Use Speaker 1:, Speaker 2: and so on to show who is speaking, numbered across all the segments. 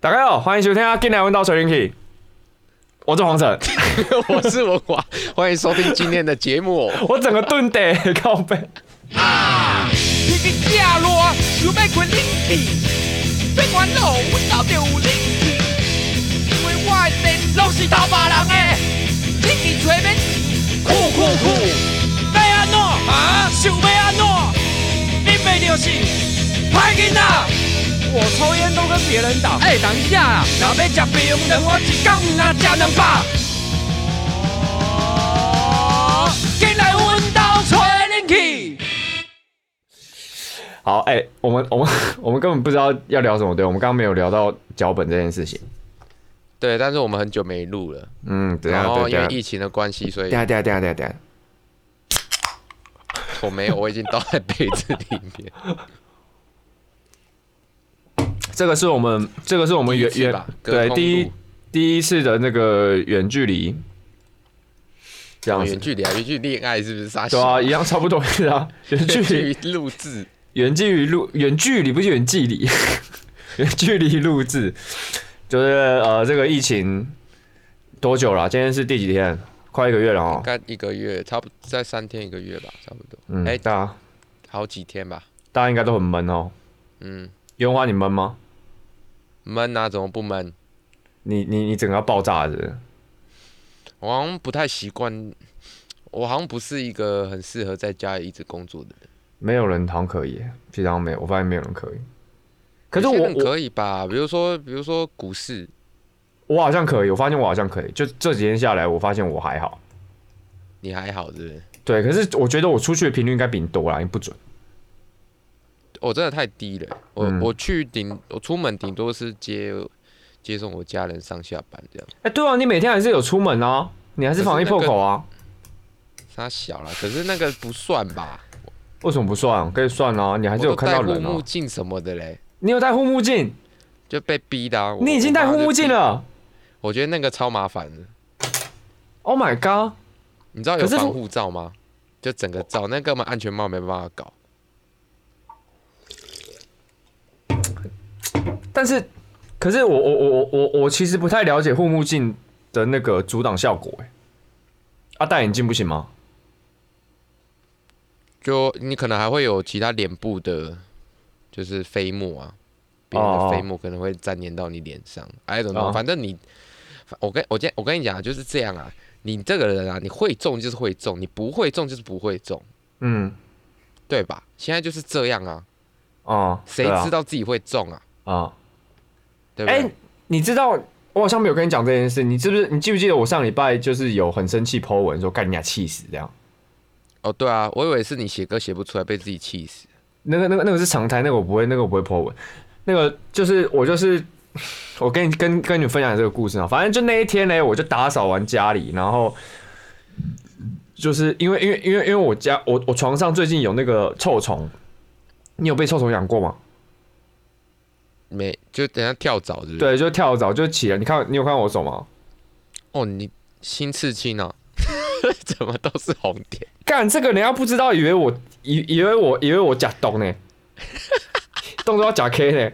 Speaker 1: 大家好，欢迎收听啊，今天问到水灵体，我是黄 晨，
Speaker 2: 我是文华，欢迎收听今天的节目。
Speaker 1: 我整个顿得靠背。
Speaker 3: 天气正热，想要困冷气，别烦恼，阮家就有冷气。因为我的电拢是偷别人的，冷气吹免钱，酷酷酷！要安怎啊？想要安怎？你袂就是歹囡仔。我抽烟都跟别人打。哎、等一下啦，若要食冰糖，我一天若食两百。哦，进来阮家吹冷气。
Speaker 1: 好，哎、我们我们 我们根本不知道要聊什么，对，我们刚刚没有聊到脚本这件事情。
Speaker 2: 对，但是我们很久没录了，
Speaker 1: 嗯，等一下，
Speaker 2: 然后
Speaker 1: 等一
Speaker 2: 因为
Speaker 1: 下，
Speaker 2: 疫情的关系，所以
Speaker 1: 等一下，等一下，等一下，等一下，
Speaker 2: 我没有，我已经倒在被子里面。
Speaker 1: 这个是我们这个是我们远
Speaker 2: 第一次
Speaker 1: 远
Speaker 2: 吧隔
Speaker 1: 对
Speaker 2: 空
Speaker 1: 第一
Speaker 2: 录
Speaker 1: 第一次的那个远距离，这样子
Speaker 2: 远，距离啊，远距离恋爱是不是？傻
Speaker 1: 对
Speaker 2: 笑
Speaker 1: 啊，一样差不多是啊，远 距
Speaker 2: 远
Speaker 1: 离
Speaker 2: 距离录制，
Speaker 1: 远距离录远距离不是远距离， 远距离录制，就是呃这个疫情多久了、今天是第几天？快一个月了哦。
Speaker 2: 干一个月，差不在三天一个月吧，差不多，
Speaker 1: 嗯，
Speaker 2: 哎
Speaker 1: 大家
Speaker 2: 好几天吧。
Speaker 1: 大家应该都很闷哦。
Speaker 2: 嗯，
Speaker 1: 烟花你闷吗？
Speaker 2: 闷啊，怎么不闷？
Speaker 1: 你你你整个要爆炸是不是？
Speaker 2: 我好像不太习惯，我好像不是一个很适合在家里一直工作的人。
Speaker 1: 没有人好像可以耶，平常没有，我发现没有人可以。可是
Speaker 2: 有些
Speaker 1: 我
Speaker 2: 人
Speaker 1: 我
Speaker 2: 可以吧，比如说，比如说股市，
Speaker 1: 我好像可以，我发现我好像可以。就这几天下来，我发现我还好。
Speaker 2: 你还好是不是？
Speaker 1: 对，可是我觉得我出去的频率应该比你多啦，你不准。
Speaker 2: 我真的太低了欸、我、
Speaker 1: 嗯
Speaker 2: 我去顶，我出门顶多是接接送我家人上下班这样。
Speaker 1: 哎、对啊，你每天还是有出门啊，你还是
Speaker 2: 可是
Speaker 1: 防疫
Speaker 2: 那个
Speaker 1: 破口啊。
Speaker 2: 他小了，可是那个不算吧？
Speaker 1: 为什么不算？可以算啊，你还
Speaker 2: 我
Speaker 1: 是有
Speaker 2: 都
Speaker 1: 看
Speaker 2: 戴
Speaker 1: 到
Speaker 2: 护
Speaker 1: 人啊
Speaker 2: 目。镜什么的嘞，
Speaker 1: 你有戴护目镜，
Speaker 2: 就被逼的、啊。我
Speaker 1: 你已经戴护目镜，
Speaker 2: 我妈就逼
Speaker 1: 了。
Speaker 2: 我觉得那个超麻烦的。
Speaker 1: Oh my god！
Speaker 2: 你知道
Speaker 1: 可
Speaker 2: 有
Speaker 1: 是
Speaker 2: 防
Speaker 1: 如
Speaker 2: 护罩吗？就整个罩，那根本安全帽没办法搞。
Speaker 1: 但是，可是我我我我我我其实不太了解护目镜的那个阻挡效果、欸。啊，戴眼镜不行吗？
Speaker 2: 就你可能还会有其他脸部的，就是飞沫啊，别人
Speaker 1: 哦哦
Speaker 2: 的飞沫可能会粘连到你脸上。哎，怎
Speaker 1: 哦
Speaker 2: 么？反正你，反我跟我今天我跟你讲啊，就是这样啊。你这个人啊，你会中就是会中，你不会中就是不会中，
Speaker 1: 嗯，
Speaker 2: 对吧？现在就是这样啊，
Speaker 1: 哦、
Speaker 2: 谁
Speaker 1: 对啊
Speaker 2: 知道自己会中啊？
Speaker 1: 啊？
Speaker 2: 对不
Speaker 1: 哎、
Speaker 2: 对？
Speaker 1: 你知道我好像没有跟你讲这件事，你知不知？你记不记得我上礼拜就是有很生气 Po 文说干你俩气死这样？
Speaker 2: 哦，对啊，我以为是你写歌写不出来，被自己气死。
Speaker 1: 那个、那个、那个是常态，那个我不会，那个我不会破文。那个就是我就是，我跟你跟跟你分享这个故事啊。反正就那一天呢，我就打扫完家里，然后就是因为因为因为因为我家我我床上最近有那个臭虫，你有被臭虫养过吗？
Speaker 2: 没，就等一下跳蚤是不是？，
Speaker 1: 对，就跳蚤就起来。你看你有看我手吗？
Speaker 2: 哦，你新刺青 啊，怎么都是红点？
Speaker 1: 干这个人家不知道，以为我以以为我以为我假动呢，动作要假 K 呢，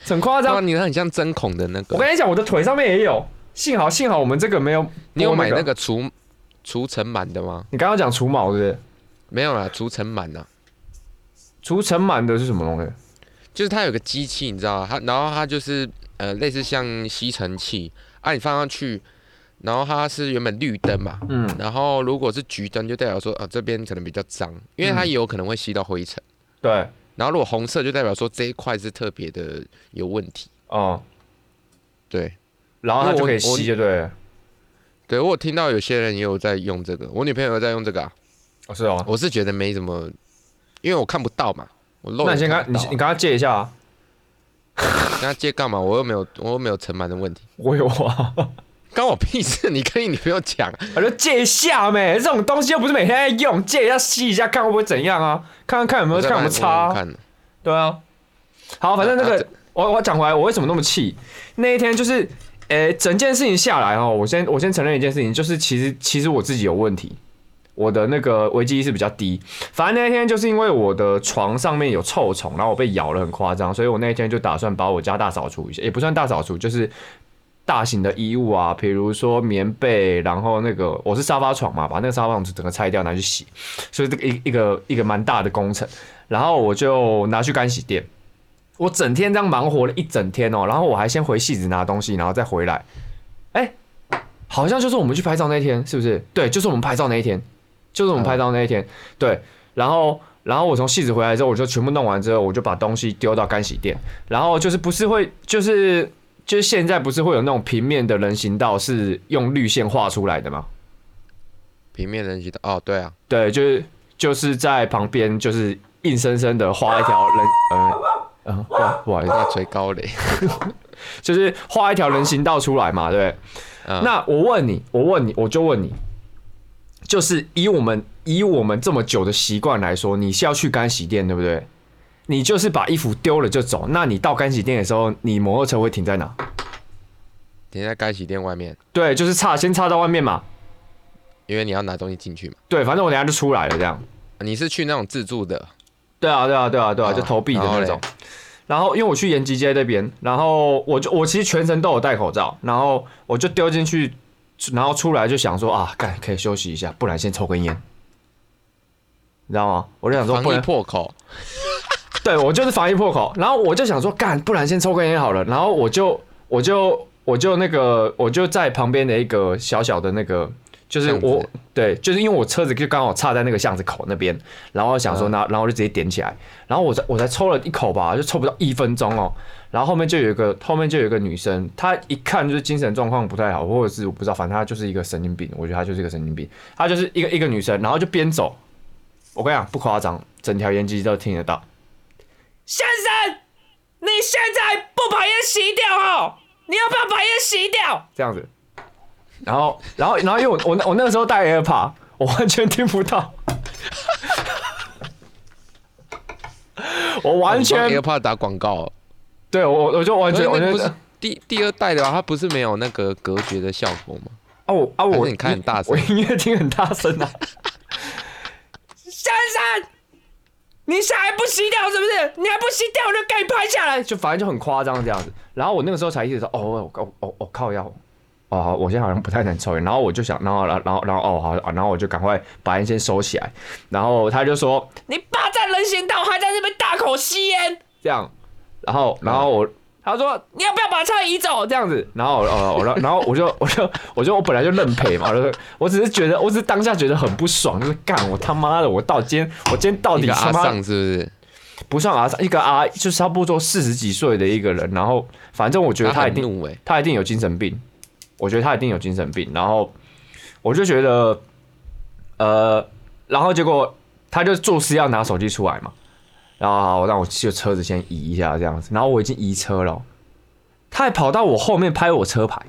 Speaker 1: 很夸张
Speaker 2: 啊，。你很像针孔的那个。
Speaker 1: 我跟你讲，我的腿上面也有。幸好幸好我们这个没有，
Speaker 2: 你有买
Speaker 1: 播
Speaker 2: 那？个除除尘螨的吗？
Speaker 1: 你刚刚讲除毛对不对？
Speaker 2: 没有啦，除尘螨啊，
Speaker 1: 除尘螨的是什么东西？
Speaker 2: 就是它有个机器，你知道吗？它然后它就是呃类似像吸尘器啊，你放上去，然后它是原本绿灯嘛，
Speaker 1: 嗯，
Speaker 2: 然后如果是橘灯，就代表说啊、呃这边可能比较脏，
Speaker 1: 嗯
Speaker 2: 因为它也有可能会吸到灰尘。
Speaker 1: 对，
Speaker 2: 然后如果红色，就代表说这一块是特别的有问题。
Speaker 1: 哦、
Speaker 2: 对，
Speaker 1: 然后它
Speaker 2: 因为
Speaker 1: 就
Speaker 2: 我
Speaker 1: 可以吸，就对了。
Speaker 2: 对我有听到有些人也有在用这个，我女朋友有在用这个、啊，
Speaker 1: 哦，是哦。
Speaker 2: 我是觉得没什么，因为我看不到嘛，我漏、
Speaker 1: 那你先
Speaker 2: 看
Speaker 1: 跟你
Speaker 2: 不到啊
Speaker 1: 你跟他借一下、啊，
Speaker 2: 那接干嘛？我又没有，我又没有尘螨的问题，
Speaker 1: 我有啊，
Speaker 2: 关我屁事！你跟你女朋友讲，
Speaker 1: 我就借一下呗。这种东西又不是每天在用，借一下吸一下，看会不会怎样啊？看看看有没有
Speaker 2: 我
Speaker 1: 看有没有差啊、
Speaker 2: 看看
Speaker 1: 对啊，好，反正那
Speaker 2: 啊啊
Speaker 1: 个
Speaker 2: 这
Speaker 1: 我我讲回来，我为什么那么气？那一天就是，呃、整件事情下来哦，我先我先承认一件事情，就是其实其实我自己有问题，我的那个危机意识比较低。反正那天就是因为我的床上面有臭虫，然后我被咬了很夸张，所以我那天就打算把我家大扫除一下，也不算大扫除，就是大型的衣物啊，比如说棉被，然后那个我是沙发床嘛，把那个沙发床整个拆掉拿去洗，所以这个一一个一个蛮大的工程。然后我就拿去干洗店，我整天这样忙活了一整天哦，然后我还先回戏子拿东西，然后再回来，哎，好像就是我们去拍照那一天，是不是？对，就是我们拍照那一天，就是我们拍照那一天，对。然后，然后我从戏子回来之后，我就全部弄完之后，我就把东西丢到干洗店，然后就是不是会就是。就是现在不是会有那种平面的人行道是用绿线画出来的吗？
Speaker 2: 平面人行道哦，对啊，
Speaker 1: 对，就是就是在旁边就是硬生生的画一条人，呃，呃，不好不好意思，
Speaker 2: 那吹高嘞，
Speaker 1: 就是画一条人行道出来嘛，对不对？
Speaker 2: 嗯
Speaker 1: 那我问你，我问你，我就问你，就是以我们以我们这么久的习惯来说，你是要去干洗店，对不对？你就是把衣服丢了就走，那你到干洗店的时候，你摩托车会停在哪？
Speaker 2: 停在干洗店外面，
Speaker 1: 对，就是插先插到外面嘛。
Speaker 2: 因为你要拿东西进去嘛。
Speaker 1: 对，反正我等一下就出来了，这样。
Speaker 2: 你是去那种自助的，
Speaker 1: 对啊，对啊，对啊，对啊，
Speaker 2: 啊
Speaker 1: 就投币的
Speaker 2: 然后
Speaker 1: 那
Speaker 2: 嘞
Speaker 1: 种。然后因为我去延吉街那边，然后我就我其实全程都有戴口罩，然后我就丢进去，然后出来就想说啊，干可以休息一下，不然先抽根烟，你知道吗？我就想说
Speaker 2: 防
Speaker 1: 不
Speaker 2: 疫
Speaker 1: 能，
Speaker 2: 破口，
Speaker 1: 对我就是防疫破口，然后我就想说干，不然先抽根烟好了，然后我就我就我就那个我就在旁边的一个小小的那个。就是
Speaker 2: 巷子
Speaker 1: 我对，就是因为我车子就刚好插在那个巷子口那边，然后想说
Speaker 2: 嗯
Speaker 1: 那，然后我就直接点起来，然后我才我才抽了一口吧，就抽不到一分钟哦，然后后面就有一个后面就有一个女生，她一看就是精神状况不太好，或者是我不知道，反正她就是一个神经病，我觉得她就是一个神经病，她就是一个一个女生，然后就边走，我跟你讲不夸张，整条烟机都听得到，先生，你现在不把烟洗掉哦，你要不要把烟洗掉？这样子，然后然后然后因为我我那我那个时候戴 AirPod，我完全听不到。 我完全
Speaker 2: AirPod 打广告，
Speaker 1: 对我，我就完
Speaker 2: 而且
Speaker 1: 全，我
Speaker 2: 那
Speaker 1: 就
Speaker 2: 个不是第第二代的啊吧？它不是没有那个隔绝的效果吗？
Speaker 1: 啊我啊
Speaker 2: 还
Speaker 1: 我，
Speaker 2: 是你开很大声
Speaker 1: 我音乐听很大声啊。 先生，你现在不洗掉是不是？你还不洗掉，我就给你拍下哎来。就反正就很夸张这样子。然后我那个时候才意识到，哦，我我我我靠要。哦，好我现在好像不太能抽烟，然后我就想，然后，然后，然后，然后哦，好，啊然后我就赶快把烟先收起来，然后他就说：“你霸占人行道，还在那边大口吸烟。”这样，然后，然后我他说你要不要把菜移走这样子，然后呃，我 然后我就我就我就我本来就认赔嘛，我就我只是觉得我只是当下觉得很不爽，就是干我他妈的我到今天我今天到
Speaker 2: 一
Speaker 1: 底
Speaker 2: 个
Speaker 1: 啊他
Speaker 2: 阿
Speaker 1: 妈
Speaker 2: 尚是不是？
Speaker 1: 不算阿上一个阿就是差不多四十几岁的一个人，然后反正我觉得他一
Speaker 2: 很
Speaker 1: 定
Speaker 2: 怒哎，
Speaker 1: 他一定有精神病，我觉得他一定有精神病。然后我就觉得，呃，然后结果他就作势要拿手机出来嘛，然后好让我就车子先移一下这样子，然后我已经移车了哦，他还跑到我后面拍我车牌，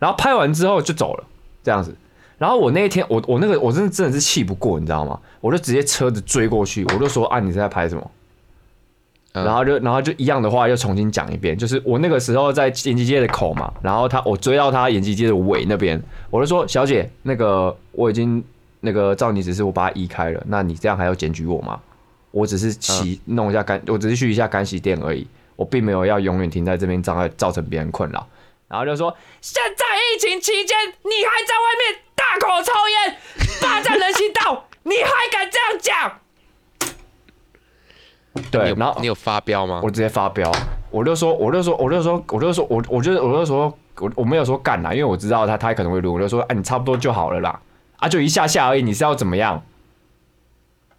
Speaker 1: 然后拍完之后就走了这样子。然后我那一天，我我那个我真的真的是气不过，你知道吗？我就直接车子追过去，我就说啊，你在拍什么？
Speaker 2: 嗯
Speaker 1: 然后就然后就一样的话又重新讲一遍，就是我那个时候在延吉街的口嘛，然后他我追到他延吉街的尾那边，我就说小姐，那个我已经那个照你指示我把它移开了，那你这样还要检举我吗？我只是骑弄一下干，我只是去一下干洗店而已，我并没有要永远停在这边障碍造成别人困扰。然后就说现在疫情期间，你还在外面大口抽烟，霸占人行道，你还敢这样讲？
Speaker 2: 你
Speaker 1: 对，然后
Speaker 2: 有你有发飙吗
Speaker 1: 我？直接发飙，我就说，我就说，我就说，我就说，我我就我就说，我我没有说干啦，因为我知道他他可能会录，我就说，哎，你差不多就好了啦，啊，就一下下而已，你是要怎么样？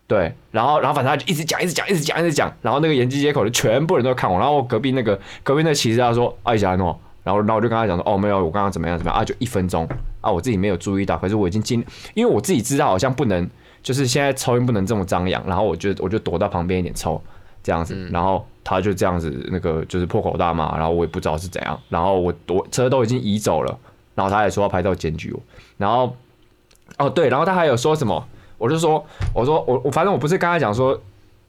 Speaker 1: 对，然后然后反正他就一直讲，一直讲，一直讲，一直讲，然后那个延吉街口的全部人都看我，然后我隔壁那个隔壁那个骑士他说，哎，小安诺，然后然后我就跟他讲说，哦，没有，我刚刚怎么样怎么样啊，就一分钟啊，我自己没有注意到，可是我已经尽，因为我自己知道好像不能，就是现在抽烟不能这么张扬，然后我就我就躲到旁边一点抽这样子，
Speaker 2: 嗯
Speaker 1: 然后他就这样子那个就是破口大骂，然后我也不知道是怎样，然后我我车都已经移走了，然后他也说要拍照检举我，然后哦对，然后他还有说什么，我就说我说我我反正我不是跟他讲说，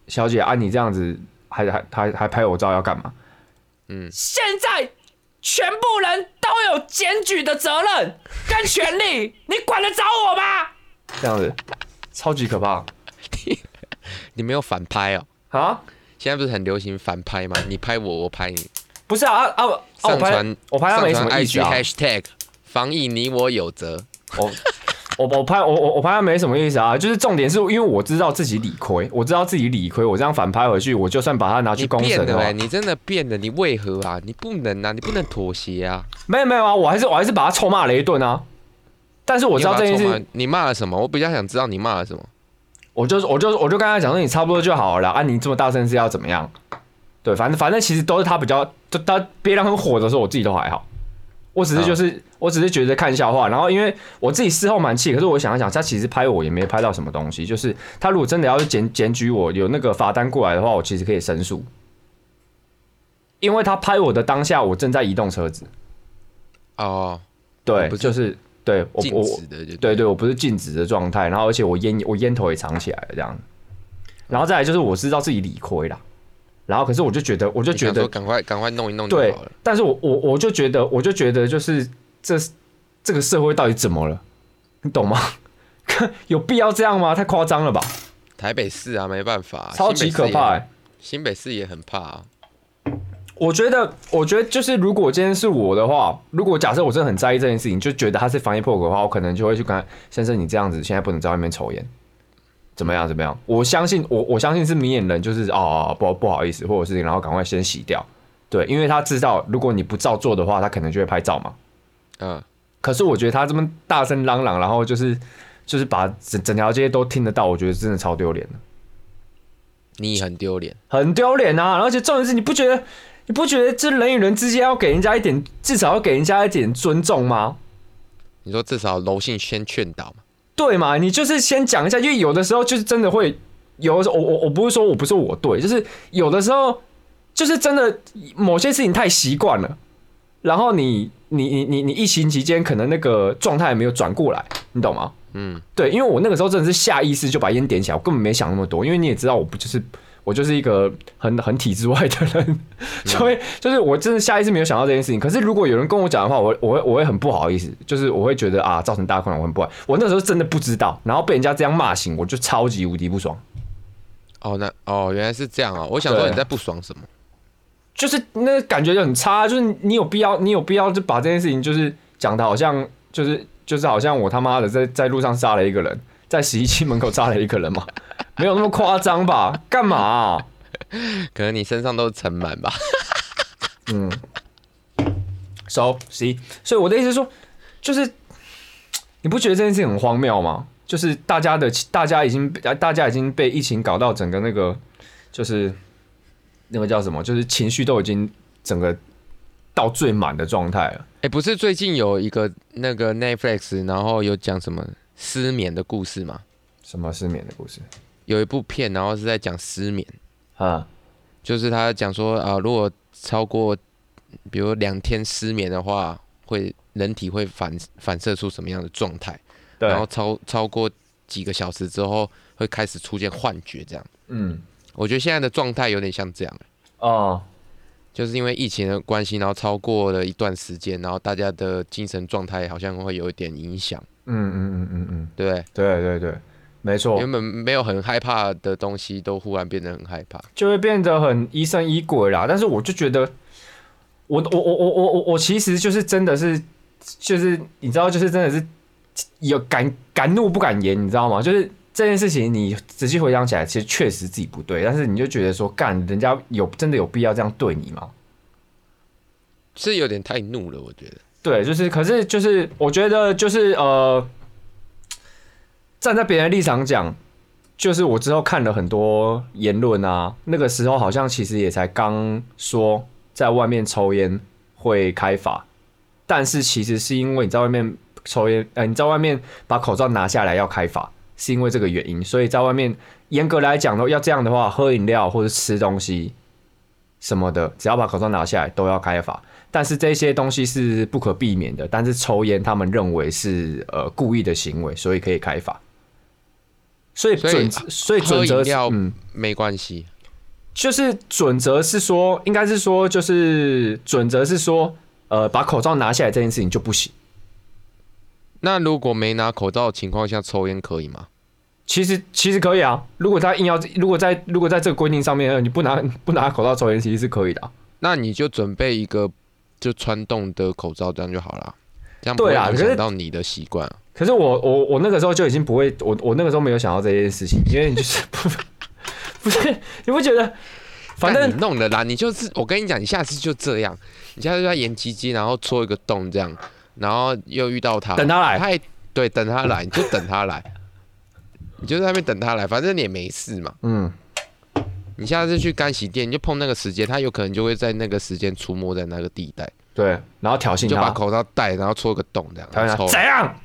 Speaker 1: 小姐啊你这样子还还还还拍我照要干嘛？
Speaker 2: 嗯
Speaker 1: 现在全部人都有检举的责任跟权利，你管得着我吗？这样子，超级可怕
Speaker 2: 你没有反拍哦？
Speaker 1: 啊！
Speaker 2: 现在不是很流行反拍吗？你拍我，我拍你，
Speaker 1: 不是啊啊啊！我啊我
Speaker 2: 上
Speaker 1: 拍
Speaker 2: 传
Speaker 1: 我拍他没什
Speaker 2: 上
Speaker 1: 么
Speaker 2: 传
Speaker 1: 意思
Speaker 2: IG
Speaker 1: 啊，
Speaker 2: hashtag 防疫你我有责。
Speaker 1: 我我我拍我我我拍他没什么意思啊，就是重点是因为我知道自己理亏，我知道自己理亏，我这样反拍回去，我就算把它拿去
Speaker 2: 你
Speaker 1: 公
Speaker 2: 变
Speaker 1: 审啊的
Speaker 2: 了、
Speaker 1: 话
Speaker 2: 欸，，你真的变了，你为何啊？你不能啊，你不能妥协啊！
Speaker 1: 没有没有啊，我还是我还是把他臭骂了一顿啊。但是我知道这件
Speaker 2: 你有把它
Speaker 1: 事
Speaker 2: 冲，完啊你骂了什么？我比较想知道你骂了什么。
Speaker 1: 我就我就我就跟他讲说你差不多就好了啦啊，你这么大声是要怎么样？对，反正反正其实都是他比较，就他别人很火的时候，我自己都还好。我只是就是、
Speaker 2: 嗯
Speaker 1: 我只是觉得看笑话，然后因为我自己事后蛮气，可是我想一想，他其实拍我也没拍到什么东西，就是他如果真的要检检举我有那个罚单过来的话，我其实可以申诉，因为他拍我的当下，我正在移动车子，
Speaker 2: 哦，
Speaker 1: 对，
Speaker 2: 不是
Speaker 1: 就是对我
Speaker 2: 禁
Speaker 1: 我
Speaker 2: 止的就
Speaker 1: 对对，我不是静止的状态，然后而且我烟我烟头也藏起来了这样，然后再来就是我知道自己理亏啦，然后可是我就觉得我就
Speaker 2: 就
Speaker 1: 觉得
Speaker 2: 赶快赶快弄一弄就
Speaker 1: 对
Speaker 2: 好了。，
Speaker 1: 但是我我我就觉得我就觉得就是这这个社会到底怎么了，你懂吗？ 有必要这样吗？太夸张了吧，
Speaker 2: 台北市啊，没办法啊、
Speaker 1: 超级可怕、
Speaker 2: 新北市也
Speaker 1: 欸。
Speaker 2: 很新北市也很怕、啊，
Speaker 1: 我觉得，我觉得就是，如果今天是我的话，如果假设我真的很在意这件事情，就觉得他是防疫破口的话，我可能就会去跟他先生，你这样子现在不能在外面抽烟，怎么样？怎么样？我相信，我我相信是明眼人，就是哦，哦不不好意思，或者是然后赶快先洗掉，对，因为他知道如果你不照做的话，他可能就会拍照嘛。
Speaker 2: 嗯，
Speaker 1: 可是我觉得他这么大声嚷嚷，然后就是就是把整整条街都听得到，我觉得真的超丢脸的。
Speaker 2: 你很丢脸。
Speaker 1: 很丢脸啊！而且重点是，你不觉得你不觉得这人与人之间要给人家一点，至少要给人家一点尊重吗？
Speaker 2: 你说至少柔性先劝导嘛？
Speaker 1: 对嘛？你就是先讲一下，因为有的时候就是真的会，有的时候我我我不是说我不是我对，就是有的时候就是真的某些事情太习惯了，然后你你你你你疫情期间可能那个状态没有转过来，你懂吗？
Speaker 2: 嗯，
Speaker 1: 对，因为我那个时候真的是下意识就把烟点起来，我根本没想那么多，因为你也知道，我不就是我就是一个很很体制外的人，所以 就是我真的下意识没有想到这件事情。可是如果有人跟我讲的话，我我会我会很不好意思，就是我会觉得啊，造成大家困扰，我很不好。我那时候真的不知道，然后被人家这样骂醒，我就超级无敌不爽。
Speaker 2: 哦，那哦原来是这样啊、我想说
Speaker 1: 对
Speaker 2: 你在不爽什么？
Speaker 1: 就是那感觉就很差，就是你有必要，你有必要就把这件事情就是讲的好像就是就是好像我他妈的在在路上杀了一个人，在洗衣机门口杀了一个人嘛，没有那么夸张吧？干嘛啊、
Speaker 2: 可能你身上都是尘螨吧？
Speaker 1: 嗯，熟悉。所以我的意思是说，就是你不觉得这件事情很荒谬吗？就是大家的，大家已经被，大家已经被疫情搞到整个那个，就是那个叫什么，就是情绪都已经整个到最满的状态了。
Speaker 2: 哎、不是最近有一个那个 Netflix，然后有讲什么失眠的故事吗？
Speaker 1: 什么失眠的故事
Speaker 2: 有一部片，然后是在讲失眠，
Speaker 1: 啊？
Speaker 2: 就是他讲说啊、如果超过比如两天失眠的话，会人体会反反射出什么样的状态？
Speaker 1: 对
Speaker 2: 然，后超超过几个小时之后，会开始出现幻觉这样。
Speaker 1: 嗯，
Speaker 2: 我觉得现在的状态有点像这样，
Speaker 1: 哦，
Speaker 2: 就是因为疫情的关系，然后超过了一段时间，然后大家的精神状态好像会有一点影响，
Speaker 1: 嗯嗯嗯嗯嗯，
Speaker 2: 对不对？
Speaker 1: 对对对，没错，
Speaker 2: 原本没有很害怕的东西，都忽然变得很害怕。
Speaker 1: 就会变得很疑神疑鬼啦。但是我就觉得，我我我我我我我其实就是真的是，就是你知道，就是真的是有敢敢怒不敢言，你知道吗？就是这件事情，你仔细回想起来，其实确实自己不对，但是你就觉得说，干人家有真的有必要这样对你吗？
Speaker 2: 是有点太怒了，我觉得。
Speaker 1: 对，就是，可是就是，我觉得就是呃，站在别人的立场讲，就是我之后看了很多言论啊，那个时候好像其实也才刚说在外面抽烟会开罚，但是其实是因为你在外面抽烟，呃，你在外面把口罩拿下来要开罚，是因为这个原因，所以在外面严格来讲的话，要这样的话，喝饮料或者吃东西什么的，只要把口罩拿下来都要开罚。但是这些东西是不可避免的。但是抽烟，他们认为是呃故意的行为，所以可以开罚。所以
Speaker 2: 所以
Speaker 1: 准
Speaker 2: 啊
Speaker 1: 所以
Speaker 2: 喝
Speaker 1: 准则
Speaker 2: 饮
Speaker 1: 是
Speaker 2: 料
Speaker 1: 嗯
Speaker 2: 没关系，
Speaker 1: 就是准则是说，应该是说，就是准则是说，呃，把口罩拿下来这件事情就不行。
Speaker 2: 那如果没拿口罩的情况下抽烟可以吗？
Speaker 1: 其实其实可以啊，如果他硬要，如果在如果在这个规定上面，你不拿不拿口罩抽烟，其实是可以的啊、
Speaker 2: 那你就准备一个就穿洞的口罩，这样就好了。这样不会
Speaker 1: 对啊
Speaker 2: 影
Speaker 1: 可
Speaker 2: 响
Speaker 1: 是
Speaker 2: 到你的习惯啊。
Speaker 1: 可是我我我那个时候就已经不会，我我那个时候没有想到这件事情，因为你就是 不不是你不觉得，反
Speaker 2: 干
Speaker 1: 正
Speaker 2: 你弄了啦，你就是我跟你讲，你下次就这样，你下次就在演鸡鸡，然后戳一个洞这样，然后又遇到他，
Speaker 1: 等他来
Speaker 2: 他也对，等他来，你就等他来，你就在那边等他来，反正你也没事嘛。
Speaker 1: 嗯，
Speaker 2: 你下次去干洗店，你就碰那个时间，他有可能就会在那个时间出没在那个地带，
Speaker 1: 对，然后挑
Speaker 2: 你
Speaker 1: 衅
Speaker 2: 就把
Speaker 1: 他，
Speaker 2: 口罩戴，然后戳个洞这样，
Speaker 1: 挑衅他
Speaker 2: 然后抽
Speaker 1: 怎样？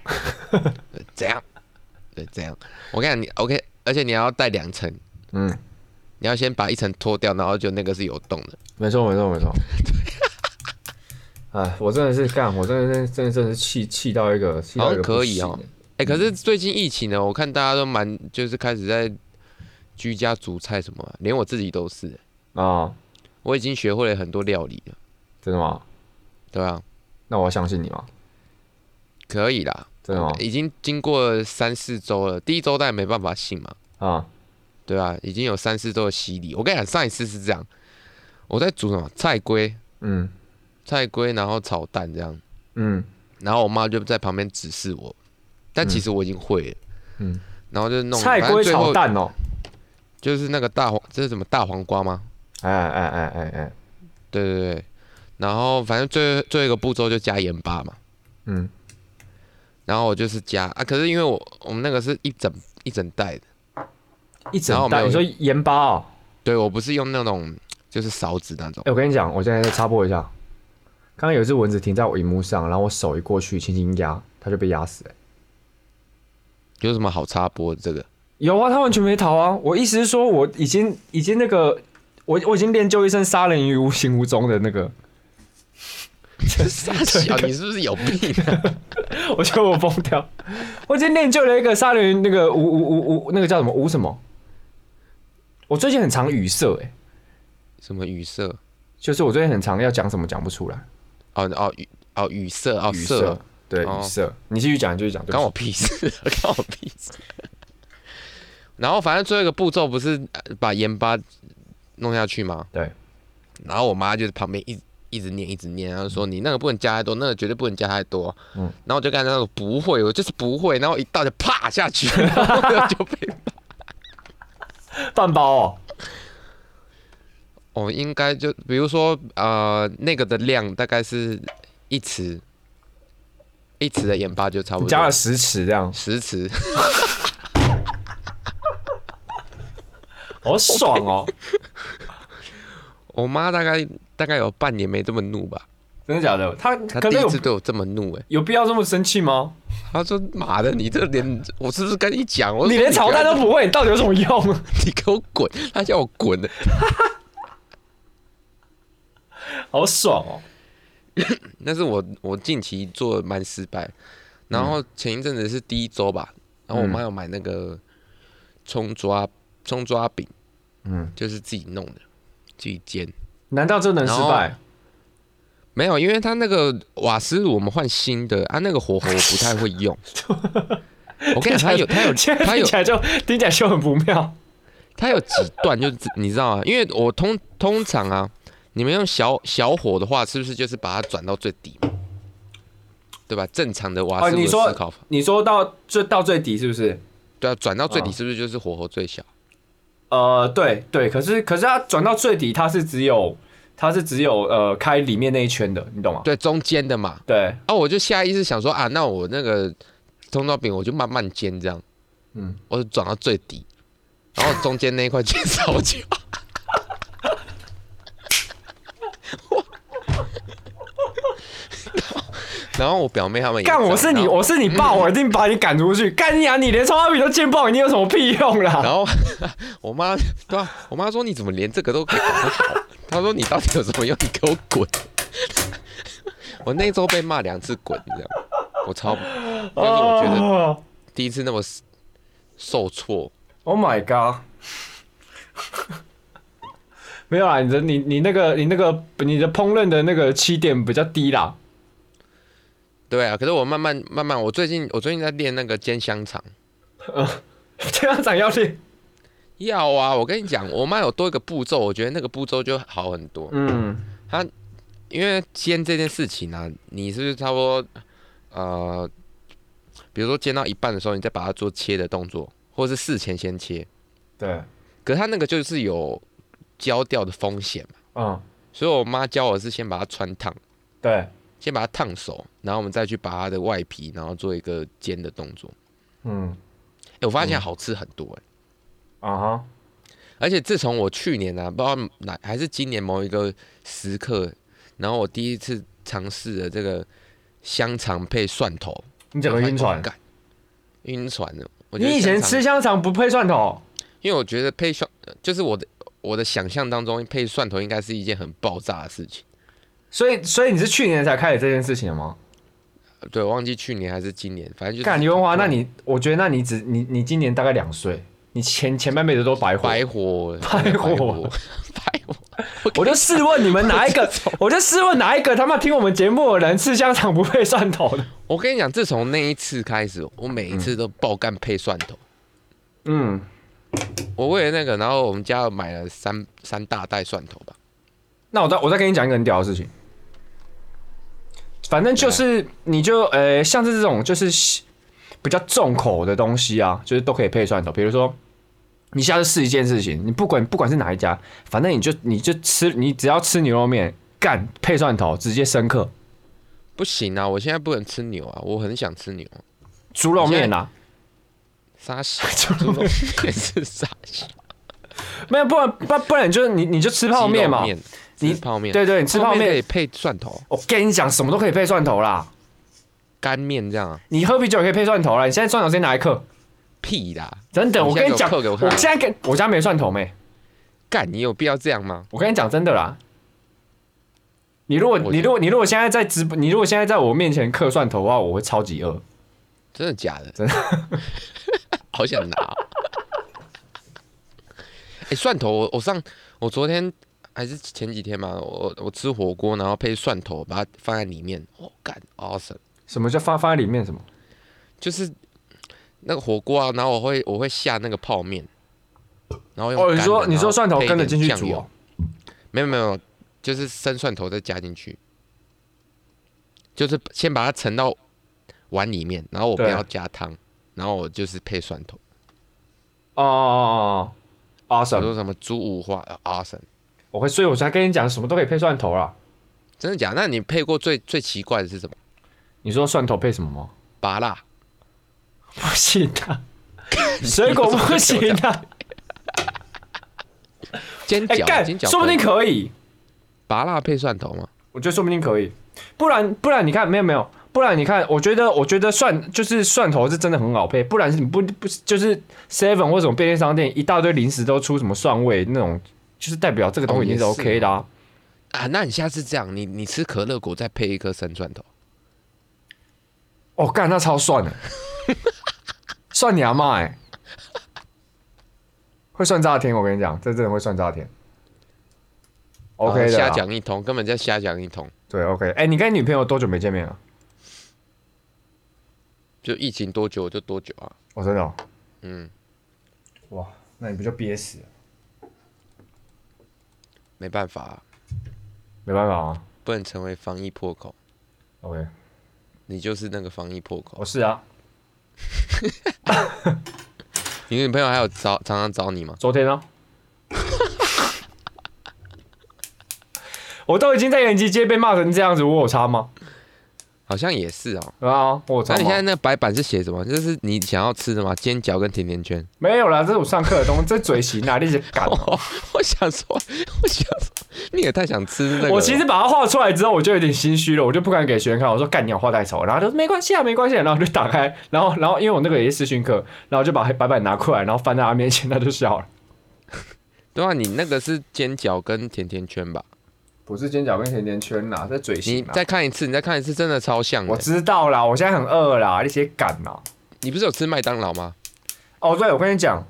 Speaker 2: 对怎样？对，怎样？我跟你讲，你 OK，而且你要戴两层，
Speaker 1: 嗯，
Speaker 2: 你要先把一层脱掉，然后就那个是有洞的。
Speaker 1: 没错没错 没错。哎，我真的是干，我真的是真的真的是气气到一个，气到一个
Speaker 2: 好像可
Speaker 1: 不
Speaker 2: 以
Speaker 1: 行
Speaker 2: 哦哎、可是最近疫情呢，我看大家都蛮就是开始在居家煮菜什么啊、连我自己都是，
Speaker 1: 啊、
Speaker 2: 我已经学会了很多料理了，
Speaker 1: 真的吗？
Speaker 2: 对吧、
Speaker 1: 那我要相信你吗？
Speaker 2: 可以啦，
Speaker 1: 真的吗？
Speaker 2: 已经经过三四周了，第一周当然没办法信嘛，
Speaker 1: 啊、
Speaker 2: 对吧、已经有三四周的洗礼。我跟你讲，上一次是这样，我在煮什么菜龟，
Speaker 1: 嗯
Speaker 2: 菜龟，然后炒蛋这样，
Speaker 1: 嗯
Speaker 2: 然后我妈就在旁边指示我，但其实我已经会了，
Speaker 1: 嗯，
Speaker 2: 然后就弄
Speaker 1: 菜
Speaker 2: 反正
Speaker 1: 龟
Speaker 2: 最后
Speaker 1: 炒蛋哦，
Speaker 2: 就是那个大黄，这是什么大黄瓜吗？
Speaker 1: 哎哎哎哎哎，
Speaker 2: 对对对，然后反正最最后一个步骤就加盐巴嘛，
Speaker 1: 嗯
Speaker 2: 然后我就是加啊，可是因为我我们那个是一整一整袋的，
Speaker 1: 一
Speaker 2: 然
Speaker 1: 整
Speaker 2: 后我没
Speaker 1: 袋，
Speaker 2: 有
Speaker 1: 你说盐巴哦？
Speaker 2: 对我不是用那种就是勺子那种
Speaker 1: 哎、，我跟你讲，我现在再插播一下，刚刚有一只蚊子停在我荧幕上，然后我手一过去轻轻压，它就被压死了、
Speaker 2: 有什么好插播的这个？
Speaker 1: 有啊，它完全没逃啊！我意思是说，我已经已经那个，我我已经练就一身杀人于无形无踪的那个，
Speaker 2: 傻小，你是不是有病、 啊？
Speaker 1: 我觉得我疯掉，我已经练就了一个杀人于那个无无无无那个叫什么无什么。我最近很常语塞、欸，哎，
Speaker 2: 什么语塞？
Speaker 1: 就是我最近很常要讲什么讲不出来，
Speaker 2: 哦哦语哦语塞哦
Speaker 1: 语
Speaker 2: 塞
Speaker 1: 塞
Speaker 2: 哦，，
Speaker 1: 对
Speaker 2: 哦
Speaker 1: 语塞。你继续讲，你继续讲，对不
Speaker 2: 关我
Speaker 1: 起
Speaker 2: 屁事， 关我屁事。然后反正最后一个步骤不是呃把盐巴弄下去吗？
Speaker 1: 对，
Speaker 2: 然后我妈就是旁边一直一直念一直念，然后说你那个不能加太多，那个绝对不能加太多。
Speaker 1: 嗯
Speaker 2: 然后我就跟她说不会，我就是不会，然后一到就啪 下去，然后就被
Speaker 1: 半包哦，
Speaker 2: 哦，应该就比如说呃那个的量大概是一匙，一匙的盐巴就差不
Speaker 1: 你
Speaker 2: 多，
Speaker 1: 加了十尺这样，
Speaker 2: 十匙，
Speaker 1: 好爽哦！
Speaker 2: 我妈大概大概有半年没这么怒吧。
Speaker 1: 真的假的？他
Speaker 2: 他
Speaker 1: 可
Speaker 2: 第
Speaker 1: 是
Speaker 2: 一
Speaker 1: 有
Speaker 2: 次对我这么怒 哎、
Speaker 1: 有必要这么生气吗？
Speaker 2: 他说：“妈的，你这连我是不是跟你讲？我
Speaker 1: 你连炒蛋都
Speaker 2: 不，
Speaker 1: 不会，你到底有什么用？啊
Speaker 2: 你给我滚！”他叫我滚的。
Speaker 1: 好爽哦！
Speaker 2: 那是我我近期做得蛮失败，然后前一阵子是第一周吧，然后我
Speaker 1: 嗯
Speaker 2: 妈有买那个葱抓葱抓饼，
Speaker 1: 嗯，
Speaker 2: 就是自己弄的，自己煎。
Speaker 1: 难道这能失败？
Speaker 2: 没有，因为他那个瓦斯炉我们换新的，啊，那个火候我不太会 用。我跟你讲，他有他有
Speaker 1: 现在
Speaker 2: 他
Speaker 1: 听
Speaker 2: 有
Speaker 1: 起来就听起来就很不妙。
Speaker 2: 它有几段就，是你知道吗？因为我通通常啊，你们用小小火的话，是不是就是把它转到最底嘛？对吧？正常的瓦
Speaker 1: 哦，
Speaker 2: 斯炉
Speaker 1: 你
Speaker 2: 的
Speaker 1: 说
Speaker 2: 思考法，
Speaker 1: 你说到最到最底是不是？
Speaker 2: 对啊，转到最底
Speaker 1: 哦
Speaker 2: 是不是就是火候最小？
Speaker 1: 呃，对对，可是可是它转到最底，它是只有它是只有呃开里面那一圈的，你懂吗？
Speaker 2: 对，中间的嘛。
Speaker 1: 对，
Speaker 2: 啊，我就下意识想说啊，那我那个葱烧饼我就慢慢煎这样，
Speaker 1: 嗯，
Speaker 2: 我就转到最底，然后中间那一块煎烧 焦。然后然后我表妹他们也
Speaker 1: 干
Speaker 2: 这样
Speaker 1: 我是
Speaker 2: 然
Speaker 1: 你
Speaker 2: 后
Speaker 1: 我是你爸，我一定把你赶出去。干你啊！你连超花饼都见爆，你有什么屁用啦？
Speaker 2: 然后 我妈对啊，我妈说你怎么连这个都可以搞不好？ 她说你到底有什么用？你给我滚！ 我那周被骂两次滚，这样我超，但是我觉得
Speaker 1: 得
Speaker 2: 第一次那么 s- 受挫，
Speaker 1: 哦，Oh my god！没有啦，你的你你那个你那个你的烹饪的那个起点比较低啦。
Speaker 2: 对啊。可是我慢慢慢慢，我最近我最近在练那个煎香肠，
Speaker 1: 这样长要练。
Speaker 2: 要啊，我跟你讲，我妈有多一个步骤，我觉得那个步骤就好很多。
Speaker 1: 嗯，
Speaker 2: 因为煎这件事情啊，你是不是差不多呃，比如说煎到一半的时候，你再把它做切的动作，或者是事前先切。
Speaker 1: 对，
Speaker 2: 可是它那个就是有焦掉的风险嘛，
Speaker 1: 嗯，
Speaker 2: 所以我妈教我是先把它穿烫，
Speaker 1: 对，
Speaker 2: 先把它烫熟，然后我们再去把它的外皮，然后做一个煎的动作。
Speaker 1: 嗯，
Speaker 2: 哎、我发现好吃很多哎、
Speaker 1: 啊哈，
Speaker 2: 而且自从我去年啊，不知道哪还是今年某一个时刻，然后我第一次尝试了这个香肠配蒜头，
Speaker 1: 你整个晕船
Speaker 2: 我。发现，哦干晕船了。我觉得
Speaker 1: 你以前
Speaker 2: 香肠
Speaker 1: 吃，香肠不配蒜头？
Speaker 2: 因为我觉得配蒜，就是我的我的想象当中配蒜头应该是一件很爆炸的事情。
Speaker 1: 所以，所以你是去年才开始这件事情的吗？
Speaker 2: 对，我忘记去年还是今年，反正就是
Speaker 1: 干刘文华，那你我觉得，那你只你你今年大概两岁，你前前半辈子都白活。
Speaker 2: 白活，
Speaker 1: 白活
Speaker 2: 白活，白活
Speaker 1: 我就试问你们 哪一个，我就试问哪一个他妈听我们节目的人吃香肠不配蒜头的？
Speaker 2: 我跟你讲，自从那一次开始，我每一次都爆干配蒜头。
Speaker 1: 嗯，
Speaker 2: 我为了那个，然后我们家买了三三大袋蒜头吧。
Speaker 1: 那我再我再跟你讲一个很屌的事情，反正就是你就呃，像是这种就是比较重口的东西啊，就是都可以配蒜头。比如说，你下次试一件事情，你不管不管是哪一家，反正你就你就吃，你只要吃牛肉面，干配蒜头直接深刻。
Speaker 2: 不行啊，我现在不能吃牛啊，我很想吃牛。
Speaker 1: 猪肉面啊，
Speaker 2: 沙西猪肉面是沙西，
Speaker 1: 没有，不然不然不然你就是你你就吃 泡面嘛，
Speaker 2: 鸡肉
Speaker 1: 你
Speaker 2: 吃泡面，
Speaker 1: 对对，你吃泡
Speaker 2: 可以
Speaker 1: 面，
Speaker 2: 配蒜头，
Speaker 1: 我跟你讲，什么都可以配蒜头啦。
Speaker 2: 干面这样啊，
Speaker 1: 你喝啤酒也可以配蒜头啦，你现在蒜头先拿来嗑。
Speaker 2: 屁啦！
Speaker 1: 等等，
Speaker 2: 你
Speaker 1: 我
Speaker 2: 现在
Speaker 1: 跟你
Speaker 2: 给
Speaker 1: 讲，
Speaker 2: 我嗑给我
Speaker 1: 我
Speaker 2: 看
Speaker 1: 现在跟我家没蒜头没。
Speaker 2: 干，你有必要这样吗？
Speaker 1: 我跟你讲真的啦，你如果
Speaker 2: 我
Speaker 1: 你
Speaker 2: 觉得
Speaker 1: 如果你如果现在在直播，你如果现在在我面前嗑蒜头的话，我会超级饿。
Speaker 2: 真的假的？
Speaker 1: 真
Speaker 2: 的， 好想拿哦。 哎、蒜头，我我上我昨天还是前几天嘛，我我吃火锅，然后配蒜头，把它放在里面，哦，干，awesome，
Speaker 1: 什么叫放放在里面？什么？
Speaker 2: 就是那个火锅啊，然后我会我会下那个泡面，然后用
Speaker 1: 哦，你
Speaker 2: 干
Speaker 1: 说
Speaker 2: 的
Speaker 1: 你说蒜头跟着进去？
Speaker 2: 然后配
Speaker 1: 煮
Speaker 2: 一点酱油
Speaker 1: 哦？
Speaker 2: 没有没有，就是生蒜头再加进去，就是先把它盛到碗里面，然后我不
Speaker 1: 对
Speaker 2: 要加汤，然后我就是配蒜头。
Speaker 1: 哦哦哦哦
Speaker 2: 我
Speaker 1: ，awesome！
Speaker 2: 说什么猪五花呃阿神，
Speaker 1: 我会，所以我才跟你讲，什么都可以配蒜头啦。
Speaker 2: 真的假的那你配过最最奇怪的是什么？
Speaker 1: 你说蒜头配什么吗？
Speaker 2: 拔辣，
Speaker 1: 不行啊，水果不行啊。
Speaker 2: 煎
Speaker 1: 哎，
Speaker 2: 饺，
Speaker 1: 干
Speaker 2: 煎，饺，
Speaker 1: 说不定可以。
Speaker 2: 拔辣配蒜头吗？
Speaker 1: 我觉得说不定可以，不然不然你看没有没有，不然你看，我觉得我觉得蒜就是蒜头是真的很好配，不然是你不不就是 Seven 或什么便利商店一大堆零食都出什么蒜味那种，就是代表这个东西已经是
Speaker 2: 哦也是
Speaker 1: OK 的、啊
Speaker 2: 啊，那你下次这样，你你吃可乐果再配一颗生蒜头，啊
Speaker 1: 哦，干那超 蒜的，蒜你阿妈哎、会算炸天，我跟你讲，这真的会算炸天。OK
Speaker 2: 然后
Speaker 1: 的
Speaker 2: 啊
Speaker 1: 啊
Speaker 2: 瞎
Speaker 1: 啦，
Speaker 2: 讲一通，根本在瞎讲一通。
Speaker 1: 对 OK。哎、你跟你女朋友多久没见面了？
Speaker 2: 就疫情多久就多久啊？
Speaker 1: 我、真的哦、
Speaker 2: 嗯，
Speaker 1: 哇，那你不就憋死了？
Speaker 2: 没办法、啊，
Speaker 1: 没办法啊
Speaker 2: 不能成为防疫破口，
Speaker 1: ，OK。
Speaker 2: 你就是那个防疫破口。
Speaker 1: 我是啊，
Speaker 2: 你女朋友还有找常常找你吗？
Speaker 1: 昨天啊， 我都已经在延吉街被骂成这样子，我有差吗？
Speaker 2: 好像也是哦。
Speaker 1: 啊，我有差
Speaker 2: 那
Speaker 1: 吗？
Speaker 2: 你现在那个白板是写什么？就是你想要吃的吗？煎饺跟甜甜圈。
Speaker 1: 没有啦，这是我上课的东西，这嘴型哪里是敢？
Speaker 2: 哦，我想说， 我想说，你也太想吃 那个了。
Speaker 1: 我其实把它画出来之后，我就有点心虚了，我就不敢给学生看。我说干，你画太丑了。然后他说没关系啊，没关系啊、然后我就打开，然后 然后因为我那个也是视讯课，然后就把黑白板拿过来，然后翻在他面前，他就笑了。
Speaker 2: 对啊，你那个是煎饺跟甜甜圈吧？
Speaker 1: 不是尖角跟甜甜圈啦，这嘴
Speaker 2: 你再看一次，你再看一次，真的超像
Speaker 1: 啊我
Speaker 2: 的。欸
Speaker 1: 知道啦，我现在很饿啦，那些啊敢啦。
Speaker 2: 你不是有吃麦当劳吗？
Speaker 1: 哦，对，我跟你讲，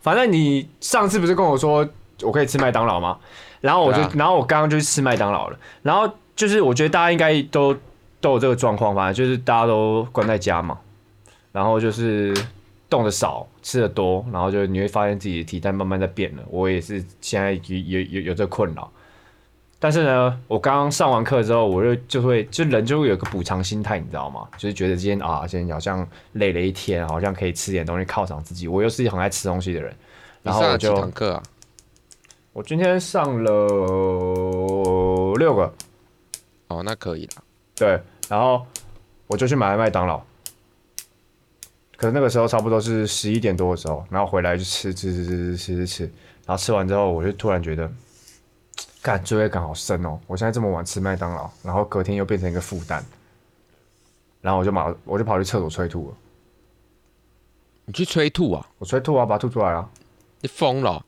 Speaker 1: 反正你上次不是跟我说我可以吃麦当劳吗？然后我就，
Speaker 2: 对啊
Speaker 1: 然后我刚刚就去吃麦当劳了。然后就是我觉得大家应该都都有这个状况吧，反正就是大家都关在家嘛，然后就是动的少，吃的多，然后就你会发现自己的体态慢慢在变了。我也是现在有有有有这困扰，但是呢，我刚刚上完课之后，我就就会就人就会有个补偿心态，你知道吗？就是觉得今天啊，今天好像累了一天，好像可以吃点东西犒赏自己。我又是很爱吃东西的人，
Speaker 2: 你
Speaker 1: 然后
Speaker 2: 上
Speaker 1: 我
Speaker 2: 了几
Speaker 1: 就
Speaker 2: 堂课啊？
Speaker 1: 我今天上了六个，
Speaker 2: 哦，那可以啦。
Speaker 1: 对，然后我就去买了麦当劳。可是那个时候差不多是十一点多的时候，然后回来就吃吃吃吃吃吃吃吃，然后吃完之后，我就突然觉得，感罪恶感好深哦！我现在这么晚吃麦当劳，然后隔天又变成一个负担，然后我就马我就跑去厕所催吐了，
Speaker 2: 你去催吐啊？
Speaker 1: 我催吐啊，把它吐出来啊！
Speaker 2: 你疯了哦？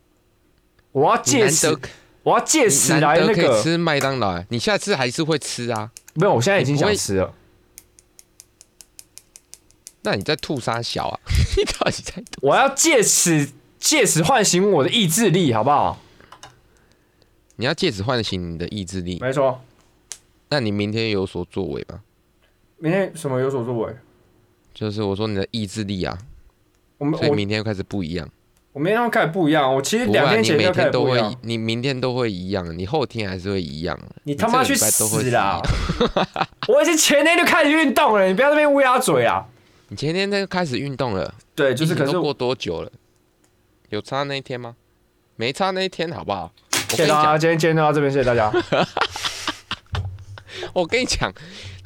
Speaker 1: 我要
Speaker 2: 你
Speaker 1: 借
Speaker 2: 难
Speaker 1: 此
Speaker 2: 得，
Speaker 1: 我要借
Speaker 2: 你
Speaker 1: 此
Speaker 2: 难
Speaker 1: 来
Speaker 2: 得
Speaker 1: 那
Speaker 2: 可以
Speaker 1: 个，
Speaker 2: 吃麦当劳欸，你下次还是会吃啊？
Speaker 1: 没有，我现在已经
Speaker 2: 你不
Speaker 1: 想
Speaker 2: 会
Speaker 1: 吃了。
Speaker 2: 那你在吐啥小啊？ 你到底在吐？
Speaker 1: 我要借此借此唤醒我的意志力，好不好？
Speaker 2: 你要借此唤醒你的意志力。
Speaker 1: 没错，
Speaker 2: 那你明天有所作为吗？
Speaker 1: 明天什么有所作为？
Speaker 2: 就是我说你的意志力啊，
Speaker 1: 我们
Speaker 2: 所以
Speaker 1: 我
Speaker 2: 明天开始不一样。
Speaker 1: 我明天要开始不一样。我其实
Speaker 2: 不会
Speaker 1: 两
Speaker 2: 啊，
Speaker 1: 天
Speaker 2: 你
Speaker 1: 前
Speaker 2: 每
Speaker 1: 就开
Speaker 2: 天
Speaker 1: 始
Speaker 2: 都
Speaker 1: 不一
Speaker 2: 会
Speaker 1: 样。，
Speaker 2: 你明天都会一样，你后天还是会一样。
Speaker 1: 你他妈
Speaker 2: 这
Speaker 1: 去
Speaker 2: 个礼拜都会
Speaker 1: 死
Speaker 2: 是一
Speaker 1: 啦
Speaker 2: 样！
Speaker 1: 我已经前天就开始运动了，你不要在那边乌鸦嘴啊！
Speaker 2: 你前天就开始运动了，
Speaker 1: 对，就是
Speaker 2: 疫情
Speaker 1: 可是
Speaker 2: 都过多久了？有差那一天吗？没差那一天，好不好？
Speaker 1: 谢
Speaker 2: 我跟
Speaker 1: 谢
Speaker 2: 你
Speaker 1: 大
Speaker 2: 讲
Speaker 1: 家，，今天今天就到这边，谢谢大 家。
Speaker 2: 我跟你讲，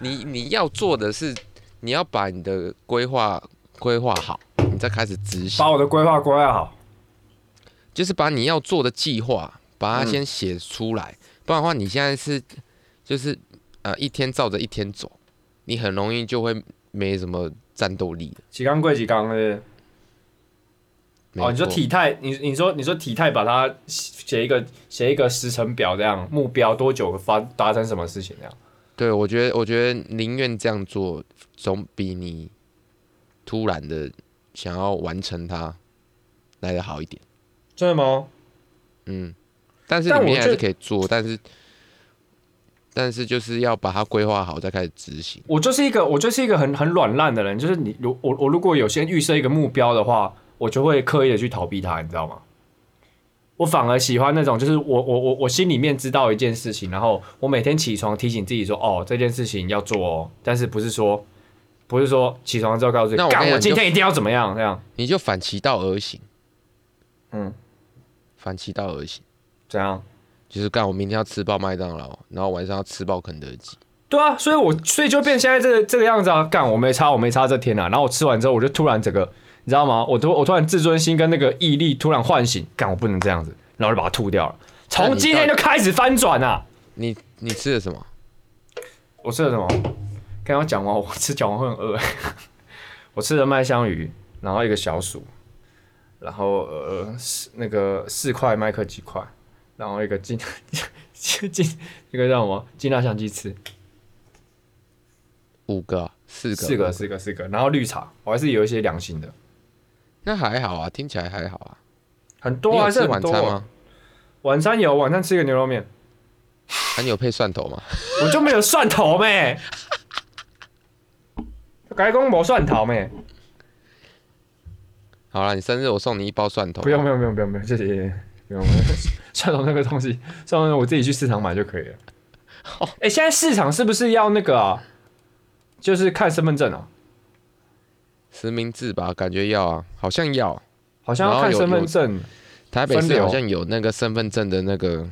Speaker 2: 你你要做的是，你要把你的规划规划好，你再开始执行
Speaker 1: 把，我的规划规划好，
Speaker 2: 就是把你要做的计划，
Speaker 1: 嗯
Speaker 2: 把它先写出来，不然的话，你现在是就是呃一天照着一天走，你很容易就会没什么战斗力的。
Speaker 1: 几缸归几缸是不是
Speaker 2: 没
Speaker 1: 哦，你说
Speaker 2: 错
Speaker 1: 体态，你你说你说体态，把它写一个写一个时程表，这样目标多久发达成什么事情这样？
Speaker 2: 对，我觉得，我觉得宁愿这样做，总比你突然的想要完成它来的好一点。
Speaker 1: 真的吗？
Speaker 2: 嗯，但是
Speaker 1: 但
Speaker 2: 你明
Speaker 1: 我
Speaker 2: 天还
Speaker 1: 觉
Speaker 2: 是
Speaker 1: 得
Speaker 2: 可以做，但是但是就是要把它规划好，再开始执行。
Speaker 1: 我就是一个我就是一个很很软烂的人，就是你如我我如果有先预设一个目标的话，我就会刻意的去逃避它，你知道吗？我反而喜欢那种，就是我我我我心里面知道一件事情，然后我每天起床提醒自己说，哦，这件事情要做哦，但是不是说不是说起床之后告诉自
Speaker 2: 那
Speaker 1: 己，
Speaker 2: 我跟
Speaker 1: 干
Speaker 2: 你
Speaker 1: 我
Speaker 2: 讲
Speaker 1: 今
Speaker 2: 就
Speaker 1: 天一定要怎么样这样，
Speaker 2: 你就反其道而行，
Speaker 1: 嗯，
Speaker 2: 反其道而行，
Speaker 1: 怎样？
Speaker 2: 就是干我明天要吃爆麦当劳，然后晚上要吃爆肯德基。
Speaker 1: 对啊，所以我所以就变现在这个这个样子啊，干我没差，我没差这天啊。然后我吃完之后，我就突然整个，你知道吗？我突我突然自尊心跟那个毅力突然唤醒，干我不能这样子，然后就把它吐掉了。从今天就开始翻转啊！
Speaker 2: 你你吃了什么？
Speaker 1: 我吃了什么？刚刚讲完，我吃讲完会很饿。 我吃了麦香鱼，然后一个小薯，然后呃四那个四块麦克鸡块，然后一个金 金金那个叫什么金辣香鸡翅，
Speaker 2: 五个啊、四个、
Speaker 1: 四个，四个四个，然后绿茶，我还是有一些良心的。
Speaker 2: 那还好啊，听起来还好啊。
Speaker 1: 很
Speaker 2: 你
Speaker 1: 多
Speaker 2: 有
Speaker 1: 还是
Speaker 2: 吃
Speaker 1: 很
Speaker 2: 晚
Speaker 1: 多。哦
Speaker 2: 餐吗？
Speaker 1: 晚餐有，晚餐吃个牛肉面，
Speaker 2: 那、啊你有配蒜头吗？
Speaker 1: 我就没有蒜头咩。改工没蒜头咩？
Speaker 2: 好了，你生日我送你一包蒜头。啊
Speaker 1: 不用不用不用不用不用，谢谢谢谢不用。不用 蒜头那个东西，蒜头我自己去市场买就可以了。哎、现在市场是不是要那个啊？就是看身份证啊，
Speaker 2: 实名制吧，感觉要啊，好像要。
Speaker 1: 好像要
Speaker 2: 然后
Speaker 1: 看
Speaker 2: 有
Speaker 1: 身份证。
Speaker 2: 台北
Speaker 1: 分
Speaker 2: 市
Speaker 1: 流
Speaker 2: 好像有那个身份证的那个，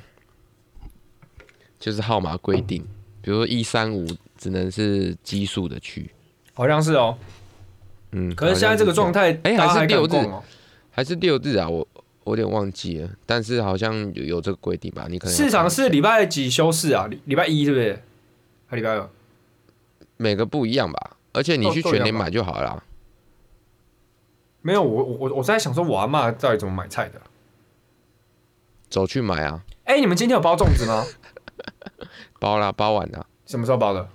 Speaker 2: 就是号码规定，比如说一三五只能是奇数的区。
Speaker 1: 好像是哦，
Speaker 2: 嗯，
Speaker 1: 可是现在这个状
Speaker 2: 态
Speaker 1: 态，
Speaker 2: 哎
Speaker 1: 大家
Speaker 2: 还是
Speaker 1: 还敢
Speaker 2: 六日
Speaker 1: 逛哦。
Speaker 2: 还是六日啊，我我有点忘记了，但是好像有有这个规定吧？你可能要
Speaker 1: 市场
Speaker 2: 看一
Speaker 1: 是
Speaker 2: 下
Speaker 1: 礼拜几休市啊？礼礼拜一是不是？还礼拜二？
Speaker 2: 每个不一样吧？而且你
Speaker 1: 都
Speaker 2: 去
Speaker 1: 都一
Speaker 2: 全
Speaker 1: 样
Speaker 2: 年
Speaker 1: 吧
Speaker 2: 买就好了啊。
Speaker 1: 没有，我我我我在想说，我阿妈到底怎么买菜的？
Speaker 2: 走去买啊，
Speaker 1: 哎、你们今天有包粽子 吗？
Speaker 2: 包啦，包完啦，
Speaker 1: 什么时候包的？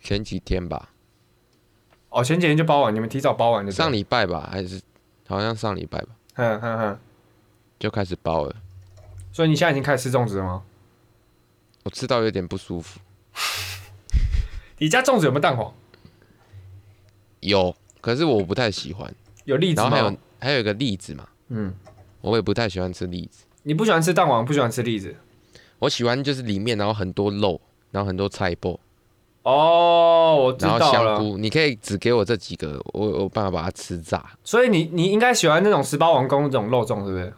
Speaker 2: 前几天吧，
Speaker 1: 哦，前几天就包完，你们提早包完就对
Speaker 2: 上，礼拜吧，还是好像上礼拜吧，
Speaker 1: 嗯嗯嗯。
Speaker 2: 就开始包了。
Speaker 1: 所以你现在已经开始吃粽子了吗？
Speaker 2: 我吃到有点不舒服，
Speaker 1: 你家粽子有没有蛋黄？
Speaker 2: 有，可是我不太喜欢。
Speaker 1: 有栗子
Speaker 2: 然后还有
Speaker 1: 吗？
Speaker 2: 还有一个栗子嘛，
Speaker 1: 嗯，
Speaker 2: 我也不太喜欢吃栗子，
Speaker 1: 你不喜欢吃蛋黄，不喜欢吃栗子。
Speaker 2: 我喜欢就是里面然后很多肉，然后很多菜包，
Speaker 1: 哦，我知
Speaker 2: 然后
Speaker 1: 道
Speaker 2: 香
Speaker 1: 了。
Speaker 2: 菇。你可以只给我这几个，我我有办法把它吃炸。
Speaker 1: 所以你你应该喜欢那种十八王宫这种肉粽，是不是？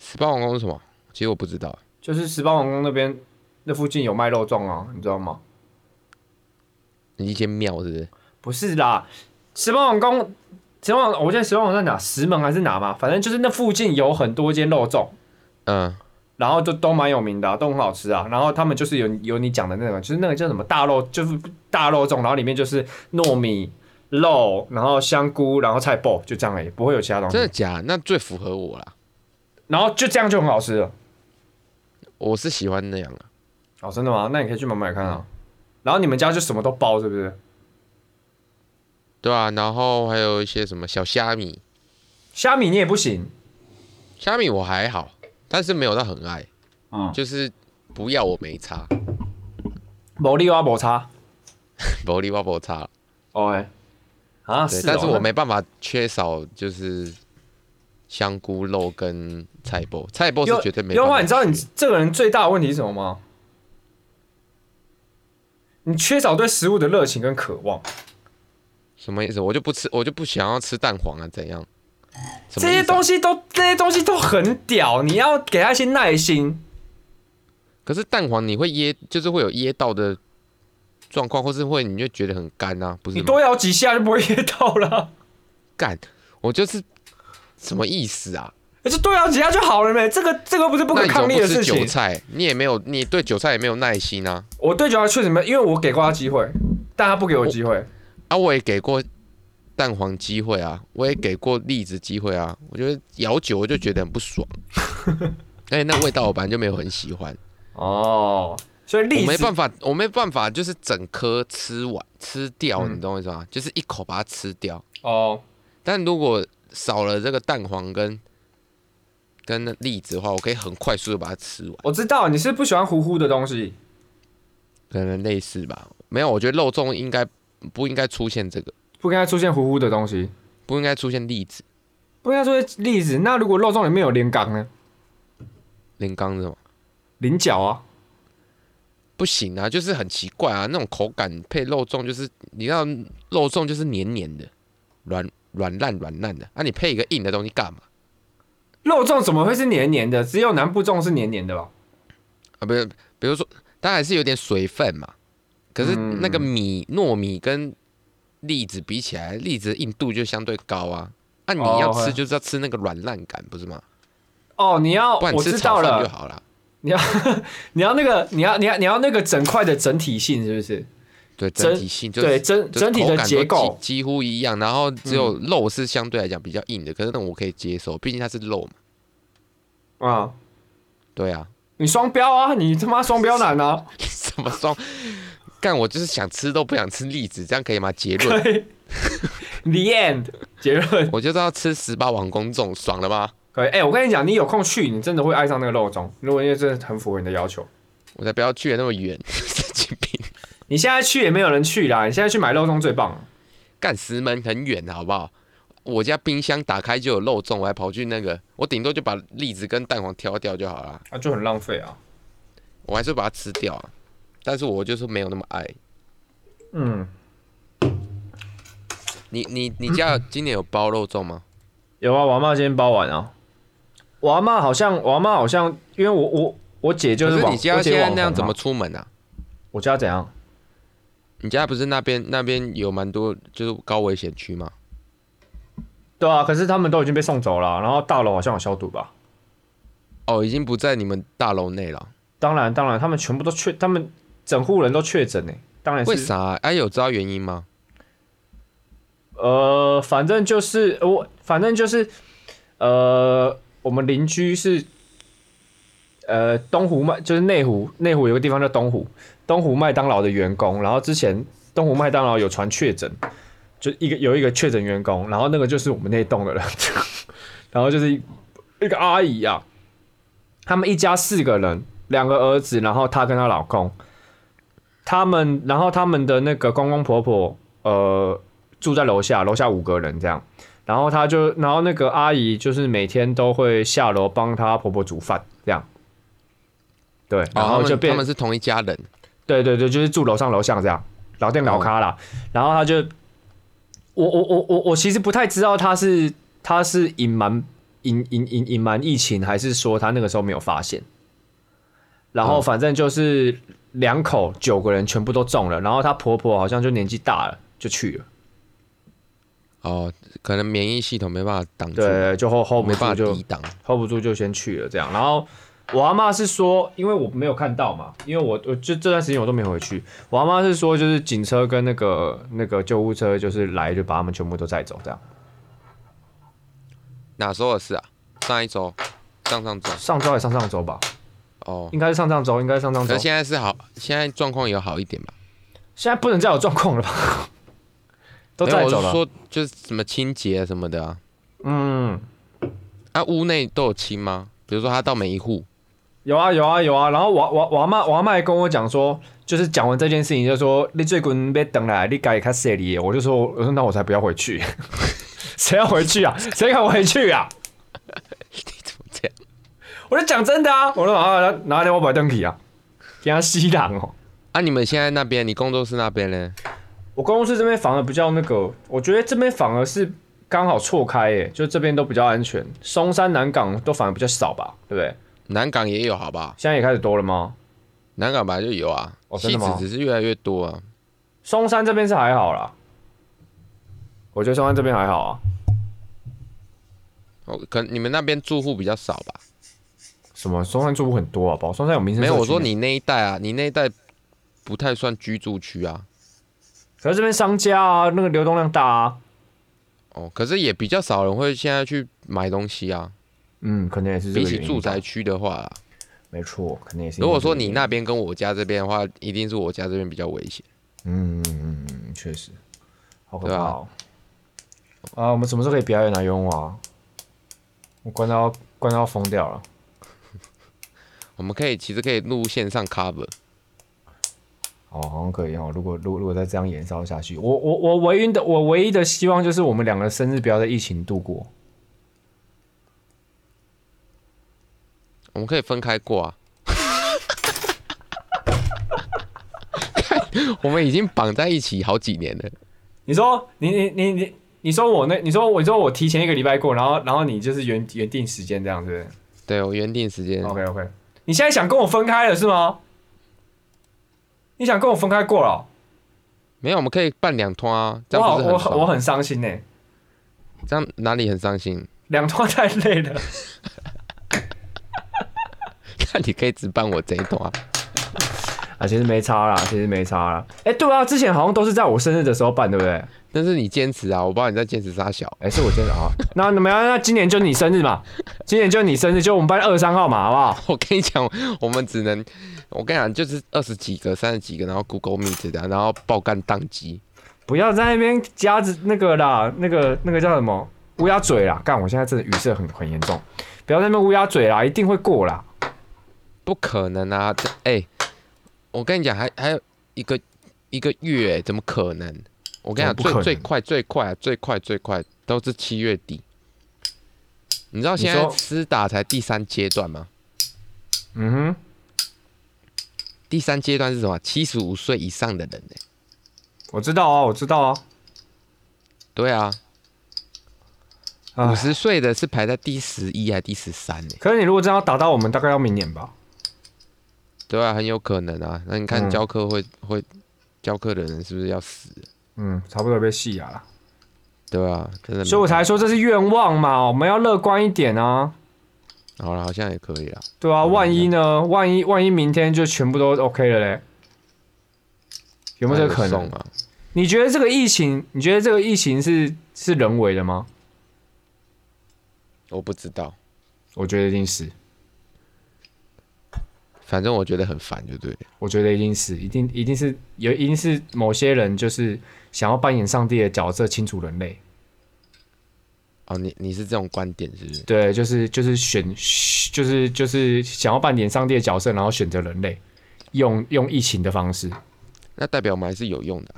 Speaker 2: 十八王宫是什么？其实我不知道。
Speaker 1: 就是十八王宫那边那附近有卖肉粽啊，你知道吗？
Speaker 2: 你一间庙是不是？
Speaker 1: 不是啦，十八王宫，十八王，我记得十八王宫在哪？石门还是哪嘛？反正就是那附近有很多间肉粽，
Speaker 2: 嗯，
Speaker 1: 然后就都蛮有名的啊、都很好吃啊。然后他们就是有有你讲的那个，就是那个叫什么大肉，就是大肉粽，然后里面就是糯米、肉，然后香菇，然后菜脯，就这样而已，不会有其他东
Speaker 2: 真的
Speaker 1: 西。
Speaker 2: 假的那最符合我啦，
Speaker 1: 然后就这样就很好吃了。
Speaker 2: 我是喜欢那样啊。
Speaker 1: 哦，真的吗？那你可以去买买看啊。然后你们家就什么都包，是不是？
Speaker 2: 对啊，然后还有一些什么小虾米，
Speaker 1: 虾米你也不行，
Speaker 2: 虾米我还好，但是没有到很爱，
Speaker 1: 嗯，
Speaker 2: 就是不要我没差，
Speaker 1: 毛利蛙摩擦。
Speaker 2: 薄利我不差。
Speaker 1: 啊哦、哎啊，
Speaker 2: 对，
Speaker 1: 是、哦，
Speaker 2: 但是我
Speaker 1: 那
Speaker 2: 没办法缺少就是香菇肉跟菜包，菜包是
Speaker 1: 优
Speaker 2: 绝对没
Speaker 1: 优
Speaker 2: 办法
Speaker 1: 化，
Speaker 2: 缺。
Speaker 1: 啊你知道你这个人最大的问题是什么吗？你缺少对食物的热情跟渴望。
Speaker 2: 什么意思？我就不吃，我就不想要吃蛋黄啊，怎样？什么
Speaker 1: 这
Speaker 2: 意
Speaker 1: 些
Speaker 2: 思啊
Speaker 1: 东西都这些东西都很屌，你要给他一些耐心。
Speaker 2: 可是蛋黄你会噎，就是会有噎到的状况，或是会你就觉得很干啊，不是
Speaker 1: 你
Speaker 2: 吗？
Speaker 1: 多咬几下就不会噎到了，
Speaker 2: 干，我就是什么意思啊？
Speaker 1: 就多咬几下就好了没？这个这个不是不
Speaker 2: 那
Speaker 1: 可
Speaker 2: 你怎
Speaker 1: 抗
Speaker 2: 么
Speaker 1: 力
Speaker 2: 不
Speaker 1: 的
Speaker 2: 吃
Speaker 1: 事
Speaker 2: 韭
Speaker 1: 情。
Speaker 2: 菜？你也没有，你对韭菜也没有耐心啊。
Speaker 1: 我对九他确实没，因为我给过他机会，但他不给我机会。
Speaker 2: 啊，我也给过蛋黄机会啊，我也给过栗子机会啊。我觉得咬久我就觉得很 不爽，而且那味道我本来就没有很喜欢，
Speaker 1: 哦，所以栗
Speaker 2: 我没
Speaker 1: 子
Speaker 2: 办法，我没办法，就是整颗吃完吃掉，
Speaker 1: 嗯
Speaker 2: 你懂我意思吗？就是一口把它吃掉。
Speaker 1: 哦，
Speaker 2: 但如果少了这个蛋黄跟跟那栗子的话，我可以很快速的把它吃完，
Speaker 1: 我知道你是不喜欢糊糊的东西。
Speaker 2: 可能类似吧。没有，我觉得肉粽应该不应该出现这个，
Speaker 1: 不应该出现糊糊的东西，
Speaker 2: 不应该出现栗子、
Speaker 1: 不应该出现栗子。那如果肉粽里面有菱角呢？
Speaker 2: 连缸这种。
Speaker 1: 菱角啊，
Speaker 2: 不行啊，就是很奇怪啊，那种口感配肉粽，就是你知道肉粽就是黏黏的，软软烂软烂的，啊，你配一个硬的东西干嘛？
Speaker 1: 肉粽怎么会是黏黏的？只有南部粽是黏黏的吧？
Speaker 2: 啊，不是，比如说它还是有点水分嘛，可是
Speaker 1: 嗯
Speaker 2: 那个米、糯米跟栗子比起来，栗子的硬度就相对高啊。啊，你
Speaker 1: 哦
Speaker 2: 要
Speaker 1: 会
Speaker 2: 吃就是要吃那个软烂感，不是吗？
Speaker 1: 哦，你要
Speaker 2: 不然你
Speaker 1: 我
Speaker 2: 吃
Speaker 1: 知
Speaker 2: 炒
Speaker 1: 道
Speaker 2: 饭就
Speaker 1: 了，
Speaker 2: 好了。
Speaker 1: 你要你要那个你要你要你要那个整块的整体性是不是？
Speaker 2: 对，
Speaker 1: 整
Speaker 2: 整体性就是
Speaker 1: 对整
Speaker 2: 就是
Speaker 1: 整体的
Speaker 2: 口感都
Speaker 1: 结构嗯
Speaker 2: 几几乎一样，然后只有肉是相对来讲比较硬的，可是那种我可以接受，毕竟它是肉嘛。
Speaker 1: 啊、
Speaker 2: 对啊，
Speaker 1: 你双标啊，你他妈双标男啊！
Speaker 2: 什么双？干，我就是想吃都不想吃栗子，这样可以吗？结 论，
Speaker 1: 对，The end 结论。
Speaker 2: 我就是要吃十八王公粽，爽了吗？
Speaker 1: 可以，哎、我跟你讲，你有空去，你真的会爱上那个肉粽。如果因为真的很符合你的要求，
Speaker 2: 我才不要去得那么 远，神经病！
Speaker 1: 你现在去也没有人去啦。你现在去买肉粽最棒了。
Speaker 2: 干石门很远的好不好？我家冰箱打开就有肉粽，我还跑去那个，我顶多就把栗子跟蛋黄挑掉就好了，
Speaker 1: 啊，就很浪费啊。
Speaker 2: 我还是把它吃掉啊。但是我就是没有那么爱
Speaker 1: 嗯，
Speaker 2: 你，你你家今年有包肉粽吗？
Speaker 1: 有啊，我阿妈今天包完啊。我阿妈好像，我阿妈好像，因为我我我姐就
Speaker 2: 可
Speaker 1: 是
Speaker 2: 是
Speaker 1: 网，
Speaker 2: 你家
Speaker 1: 我姐
Speaker 2: 现在
Speaker 1: 网
Speaker 2: 那样
Speaker 1: 红
Speaker 2: 怎
Speaker 1: 嘛
Speaker 2: 么？出门啊？
Speaker 1: 我家怎样？
Speaker 2: 你家不是那边那边有蛮多就是高危险区吗？
Speaker 1: 对啊，可是他们都已经被送走了，然后大楼好像有消毒吧？
Speaker 2: 哦，已经不在你们大楼内了。
Speaker 1: 当然，当然，他们全部都确，他们整户人都确诊呢。当然是
Speaker 2: 为啥、啊？哎、有知道原因吗？
Speaker 1: 呃，反正就是呃我，反正就是呃，我们邻居是呃东湖麦，就是内湖，内湖有个地方叫东湖，东湖麦当劳的员工，然后之前东湖麦当劳有传确诊，就一个有一个确诊员工，然后那个就是我们那栋的人， 然后就是一一个阿姨啊，他们一家四个人，两个儿子，然后她跟她老公。他们，然后他们的那个公公婆婆，呃，住在楼下，楼下五个人这样。然后她就，然后那个阿姨就是每天都会下楼帮她婆婆煮饭这样。对，然
Speaker 2: 哦，他
Speaker 1: 后就
Speaker 2: 们
Speaker 1: 变
Speaker 2: 他们是同一家人，
Speaker 1: 对对对，就是住楼上楼下这样，老店老咖啦。然后他就，我我我我我其实不太知道他是他是隐瞒隐隐隐隐瞒疫情，还是说他那个时候没有发现。然后
Speaker 2: 嗯
Speaker 1: 反正就是两口九个人全部都中了，然后她婆婆好像就年纪大了就去了，
Speaker 2: 哦，可能免疫系统没办法挡住，
Speaker 1: 对，就 hold hold 不
Speaker 2: 没
Speaker 1: 住
Speaker 2: 办法
Speaker 1: 就
Speaker 2: 抵挡。
Speaker 1: hold 不住就先去了这样。然后我阿妈是说，因为我没有看到嘛，因为我我就这段时间我都没回去。我阿妈是说，就是警车跟那个那个救护车就是来就把他们全部都载走这样。
Speaker 2: 哪时候的事啊？上一周，上上周
Speaker 1: 上周还是上上周吧，
Speaker 2: 哦。
Speaker 1: 应该是上上周，应该是上上周
Speaker 2: 可是。现在是好，现在状况有好一点吧？
Speaker 1: 现在不能再有状况了吧？ 都
Speaker 2: 没有
Speaker 1: 载
Speaker 2: 我
Speaker 1: 走
Speaker 2: 是
Speaker 1: 了。
Speaker 2: 说就是什么清洁什么的啊，
Speaker 1: 嗯，
Speaker 2: 啊屋内都有清吗？比如说他到每一户，
Speaker 1: 有啊有啊有啊。然后我我我阿妈我阿妈还跟我讲说，就是讲完这件事情就说你最近别等来，你该看谁里。我就说我说那我才不要回去， 谁要回去啊？ 谁敢回去啊？
Speaker 2: 你怎么这样？
Speaker 1: 我就讲真的啊，我说啊，拿拿电话摆登起啊，给他吸狼哦。
Speaker 2: 啊，你们现在那边，你工作室那边呢？
Speaker 1: 我公司这边反而比较那个，我觉得这边反而是刚好错开耶，就这边都比较安全，松山、南港都反而比较少吧，对不对？
Speaker 2: 南港也有，好不好？
Speaker 1: 现在也开始多了吗？
Speaker 2: 南港本来就有啊，
Speaker 1: 哦真
Speaker 2: 戏
Speaker 1: 的
Speaker 2: 子
Speaker 1: 吗
Speaker 2: 只是越来越多啊。
Speaker 1: 松山这边是还好啦，我觉得松山这边还好啊。
Speaker 2: 哦，可你们那边住户比较少吧？
Speaker 1: 什么松山住户很多啊，包松山有民生
Speaker 2: 没有，
Speaker 1: 社区
Speaker 2: 我说，你那一带啊，你那一带不太算居住区啊。
Speaker 1: 可是这边商家啊，那个流动量大啊，
Speaker 2: 哦，可是也比较少人会现在去买东西啊。
Speaker 1: 嗯，可能也是这
Speaker 2: 比
Speaker 1: 个
Speaker 2: 起
Speaker 1: 原因吧
Speaker 2: 住宅，区的话啦，
Speaker 1: 没错，可能也是因为这个原因。
Speaker 2: 如果说你那边跟我家这边的话，一定是我家这边比较危险。
Speaker 1: 嗯嗯嗯嗯，确实，好可
Speaker 2: 对
Speaker 1: 怕
Speaker 2: 啊
Speaker 1: 哦！啊我们什么时候可以表演啊？雍娃，我关到关到疯掉了。
Speaker 2: 我们可以其实可以录线上 cover，
Speaker 1: 哦，好像可以哦。如果如果如果再这样延烧下去，我我我唯一的我唯一的希望就是我们两个生日不要在疫情度过。
Speaker 2: 我们可以分开 过啊。 看我们已经绑在一起好几年了。
Speaker 1: 你说你你你你你说我那你说我你说我提前一个礼拜过，然后然后你就是原原定时间这样是
Speaker 2: 对我原定时
Speaker 1: 不
Speaker 2: 间
Speaker 1: 是？OK OK，你现在想跟我分开了是吗？你想跟我分开过了
Speaker 2: 没有，我们可以办两通啊，这
Speaker 1: 哦，我
Speaker 2: 样
Speaker 1: 好
Speaker 2: 不是很
Speaker 1: 我很我
Speaker 2: 爽？
Speaker 1: 很伤心呢、
Speaker 2: 这样哪里很伤心？
Speaker 1: 两拖太累了。
Speaker 2: 那你可以只办我这一通啊。
Speaker 1: 啊，其实没差啦，其实没差啦。哎、对啊，之前好像都是在我生日的时候办，对不对？
Speaker 2: 但是你坚持啊，我不知道你在坚持啥小。
Speaker 1: 哎、是我真的啊。 那怎么样？那今年就你生日嘛，今年就你生日，就我们班二三号嘛，好不好？
Speaker 2: 我跟你讲，我们只能，我跟你讲，就是二十几个、三十几个，然后 Google Meet 的，然后爆干宕机。
Speaker 1: 不要在那边夹着那个啦，那个那个叫什么乌鸦嘴啦。干，我现在真的语塞很很严重，不要在那边乌鸦嘴啦，一定会过啦。
Speaker 2: 不可能啊！这哎、我跟你讲，还还有一个一个月、欸怎么可能？我跟你讲，
Speaker 1: 怎么不可
Speaker 2: 最
Speaker 1: 能
Speaker 2: 最快最快啊最快最快都是七月底。你知道
Speaker 1: 你
Speaker 2: 现在
Speaker 1: 说
Speaker 2: 施打才第三阶段吗？
Speaker 1: 嗯哼，
Speaker 2: 第三阶段是什么？七十五岁以上的人欸呢、
Speaker 1: 我知道啊，我知道啊。
Speaker 2: 对啊，
Speaker 1: 啊
Speaker 2: 五，十岁的是排在第十一还第十三欸呢？
Speaker 1: 可是你如果真的要打到我们，大概要明年吧。
Speaker 2: 对啊，很有可能啊。那你看
Speaker 1: 嗯
Speaker 2: 教课会、会教课的人是不是要死？
Speaker 1: 嗯，差不多被戏牙了。
Speaker 2: 对啊，真的没办法。
Speaker 1: 所以我才说这是愿望嘛，我们要乐观一点啊。
Speaker 2: 好了，好像也可以啦。
Speaker 1: 对啊，
Speaker 2: 嗯
Speaker 1: 万一呢？万一万一明天就全部都 OK 了嘞？有
Speaker 2: 有
Speaker 1: 没有这个可能？
Speaker 2: 啊？
Speaker 1: 你觉得这个疫情？你觉得这个疫情是是人为的吗？
Speaker 2: 我不知道。
Speaker 1: 我觉得一定是，
Speaker 2: 反正我觉得很烦，就对了。
Speaker 1: 我觉得一定是，一定一定是有，一定是某些人就是想要扮演上帝的角色，清除人类。
Speaker 2: 哦，你你是这种观点是不是？
Speaker 1: 对，就是就是选，就是就是想要扮演上帝的角色，然后选择人类，用用疫情的方式。
Speaker 2: 那代表我们还是有用的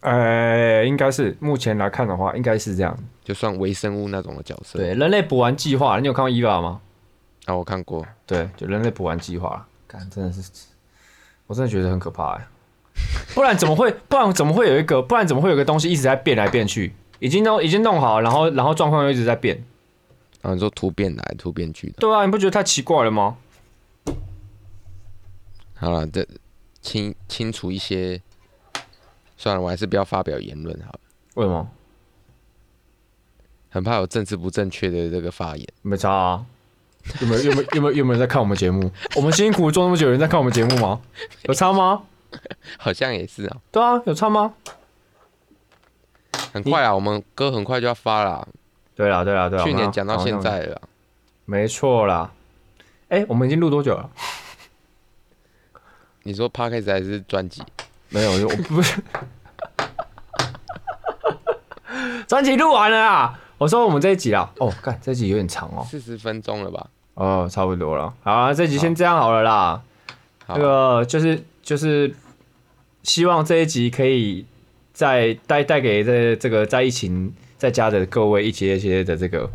Speaker 2: 啊、
Speaker 1: 呃，应该是目前来看的话，应该是这样。
Speaker 2: 就算微生物那种的角色。，
Speaker 1: 对，人类补完计划，你有看过 EVA 吗？
Speaker 2: 啊，我看过，
Speaker 1: 对，就人类补完计划，看真的是，我真的觉得很可怕哎。不然怎么会？不然怎么会有一个？不然怎么会有一个东西一直在变来变去？已经弄已经弄好，然后然后状况又一直在变。
Speaker 2: 然哦后你说突变来突变去的。
Speaker 1: 对啊，你不觉得太奇怪了吗？
Speaker 2: 好了，这清清除一些，算了，我还是不要发表言论好了，
Speaker 1: 为什么？
Speaker 2: 很怕有政治不正确的这个发言。
Speaker 1: 没差啊。有没有有没有有没有有没有在看我们节目？我们辛辛苦苦做那么久，有人在看我们节目吗？有差吗？
Speaker 2: 好像也是啊，
Speaker 1: 对啊，有差吗？
Speaker 2: 很快啊，我们歌很快就要发了，
Speaker 1: 对啦，对啦，对啦。
Speaker 2: 去
Speaker 1: 我
Speaker 2: 年
Speaker 1: 们
Speaker 2: 讲到现，在了，
Speaker 1: 没错啦。哎、我们已经录多久了？
Speaker 2: 你说 p 开 d 还是专辑？
Speaker 1: 没有，我不是。 专辑录完了啊！我说我们这一集啦，哦，干这一集有点长哦，
Speaker 2: 四十分钟了吧？
Speaker 1: 哦，差不多了，好啊，这集先这样好了啦。
Speaker 2: 好
Speaker 1: 那个就是就是，希望这一集可以再带带给这这个在疫情在家的各位一些一些的这个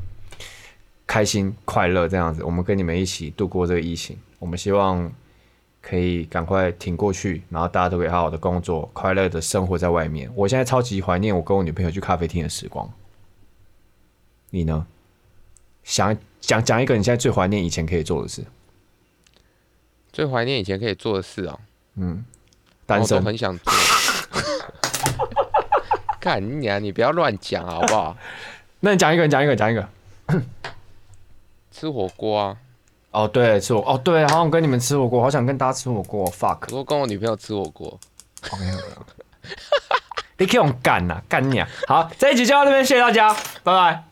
Speaker 1: 开心快乐这样子，我们跟你们一起度过这个疫情，我们希望可以赶快挺过去，然后大家都可以好好的工作，快乐的生活在外面。我现在超级怀念我跟我女朋友去咖啡厅的时光，你呢？想讲讲一个你现在最怀念以前可以做的事，
Speaker 2: 最怀念以前可以做的事哦、
Speaker 1: 单
Speaker 2: 我
Speaker 1: 身
Speaker 2: 哦都很想做。 看你娘，你不要乱讲好不好？
Speaker 1: 那你讲一个，你讲一个，你讲一个。
Speaker 2: 吃火锅啊，
Speaker 1: 哦，对，吃火哦，对，好想跟你们吃火锅，好想跟大家吃火锅哦
Speaker 2: 我
Speaker 1: ，fuck。
Speaker 2: 说跟我女朋友吃火锅，
Speaker 1: 你可以用干呐，干你啊！好，这一集就到这边，谢谢大家，拜拜。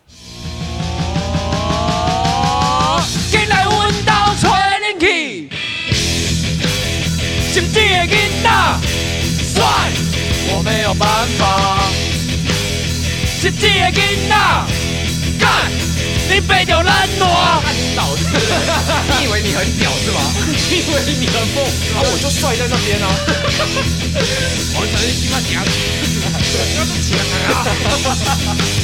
Speaker 3: 哦进来阮兜找恁去，心机的囡仔，帅，我没有办法。心机的囡仔，干，你背着咱烂。
Speaker 4: 你以为你很屌是吗？你以为你很猛是吗？我就帅在那边啊！我才是鸡巴强，不要这么强啊！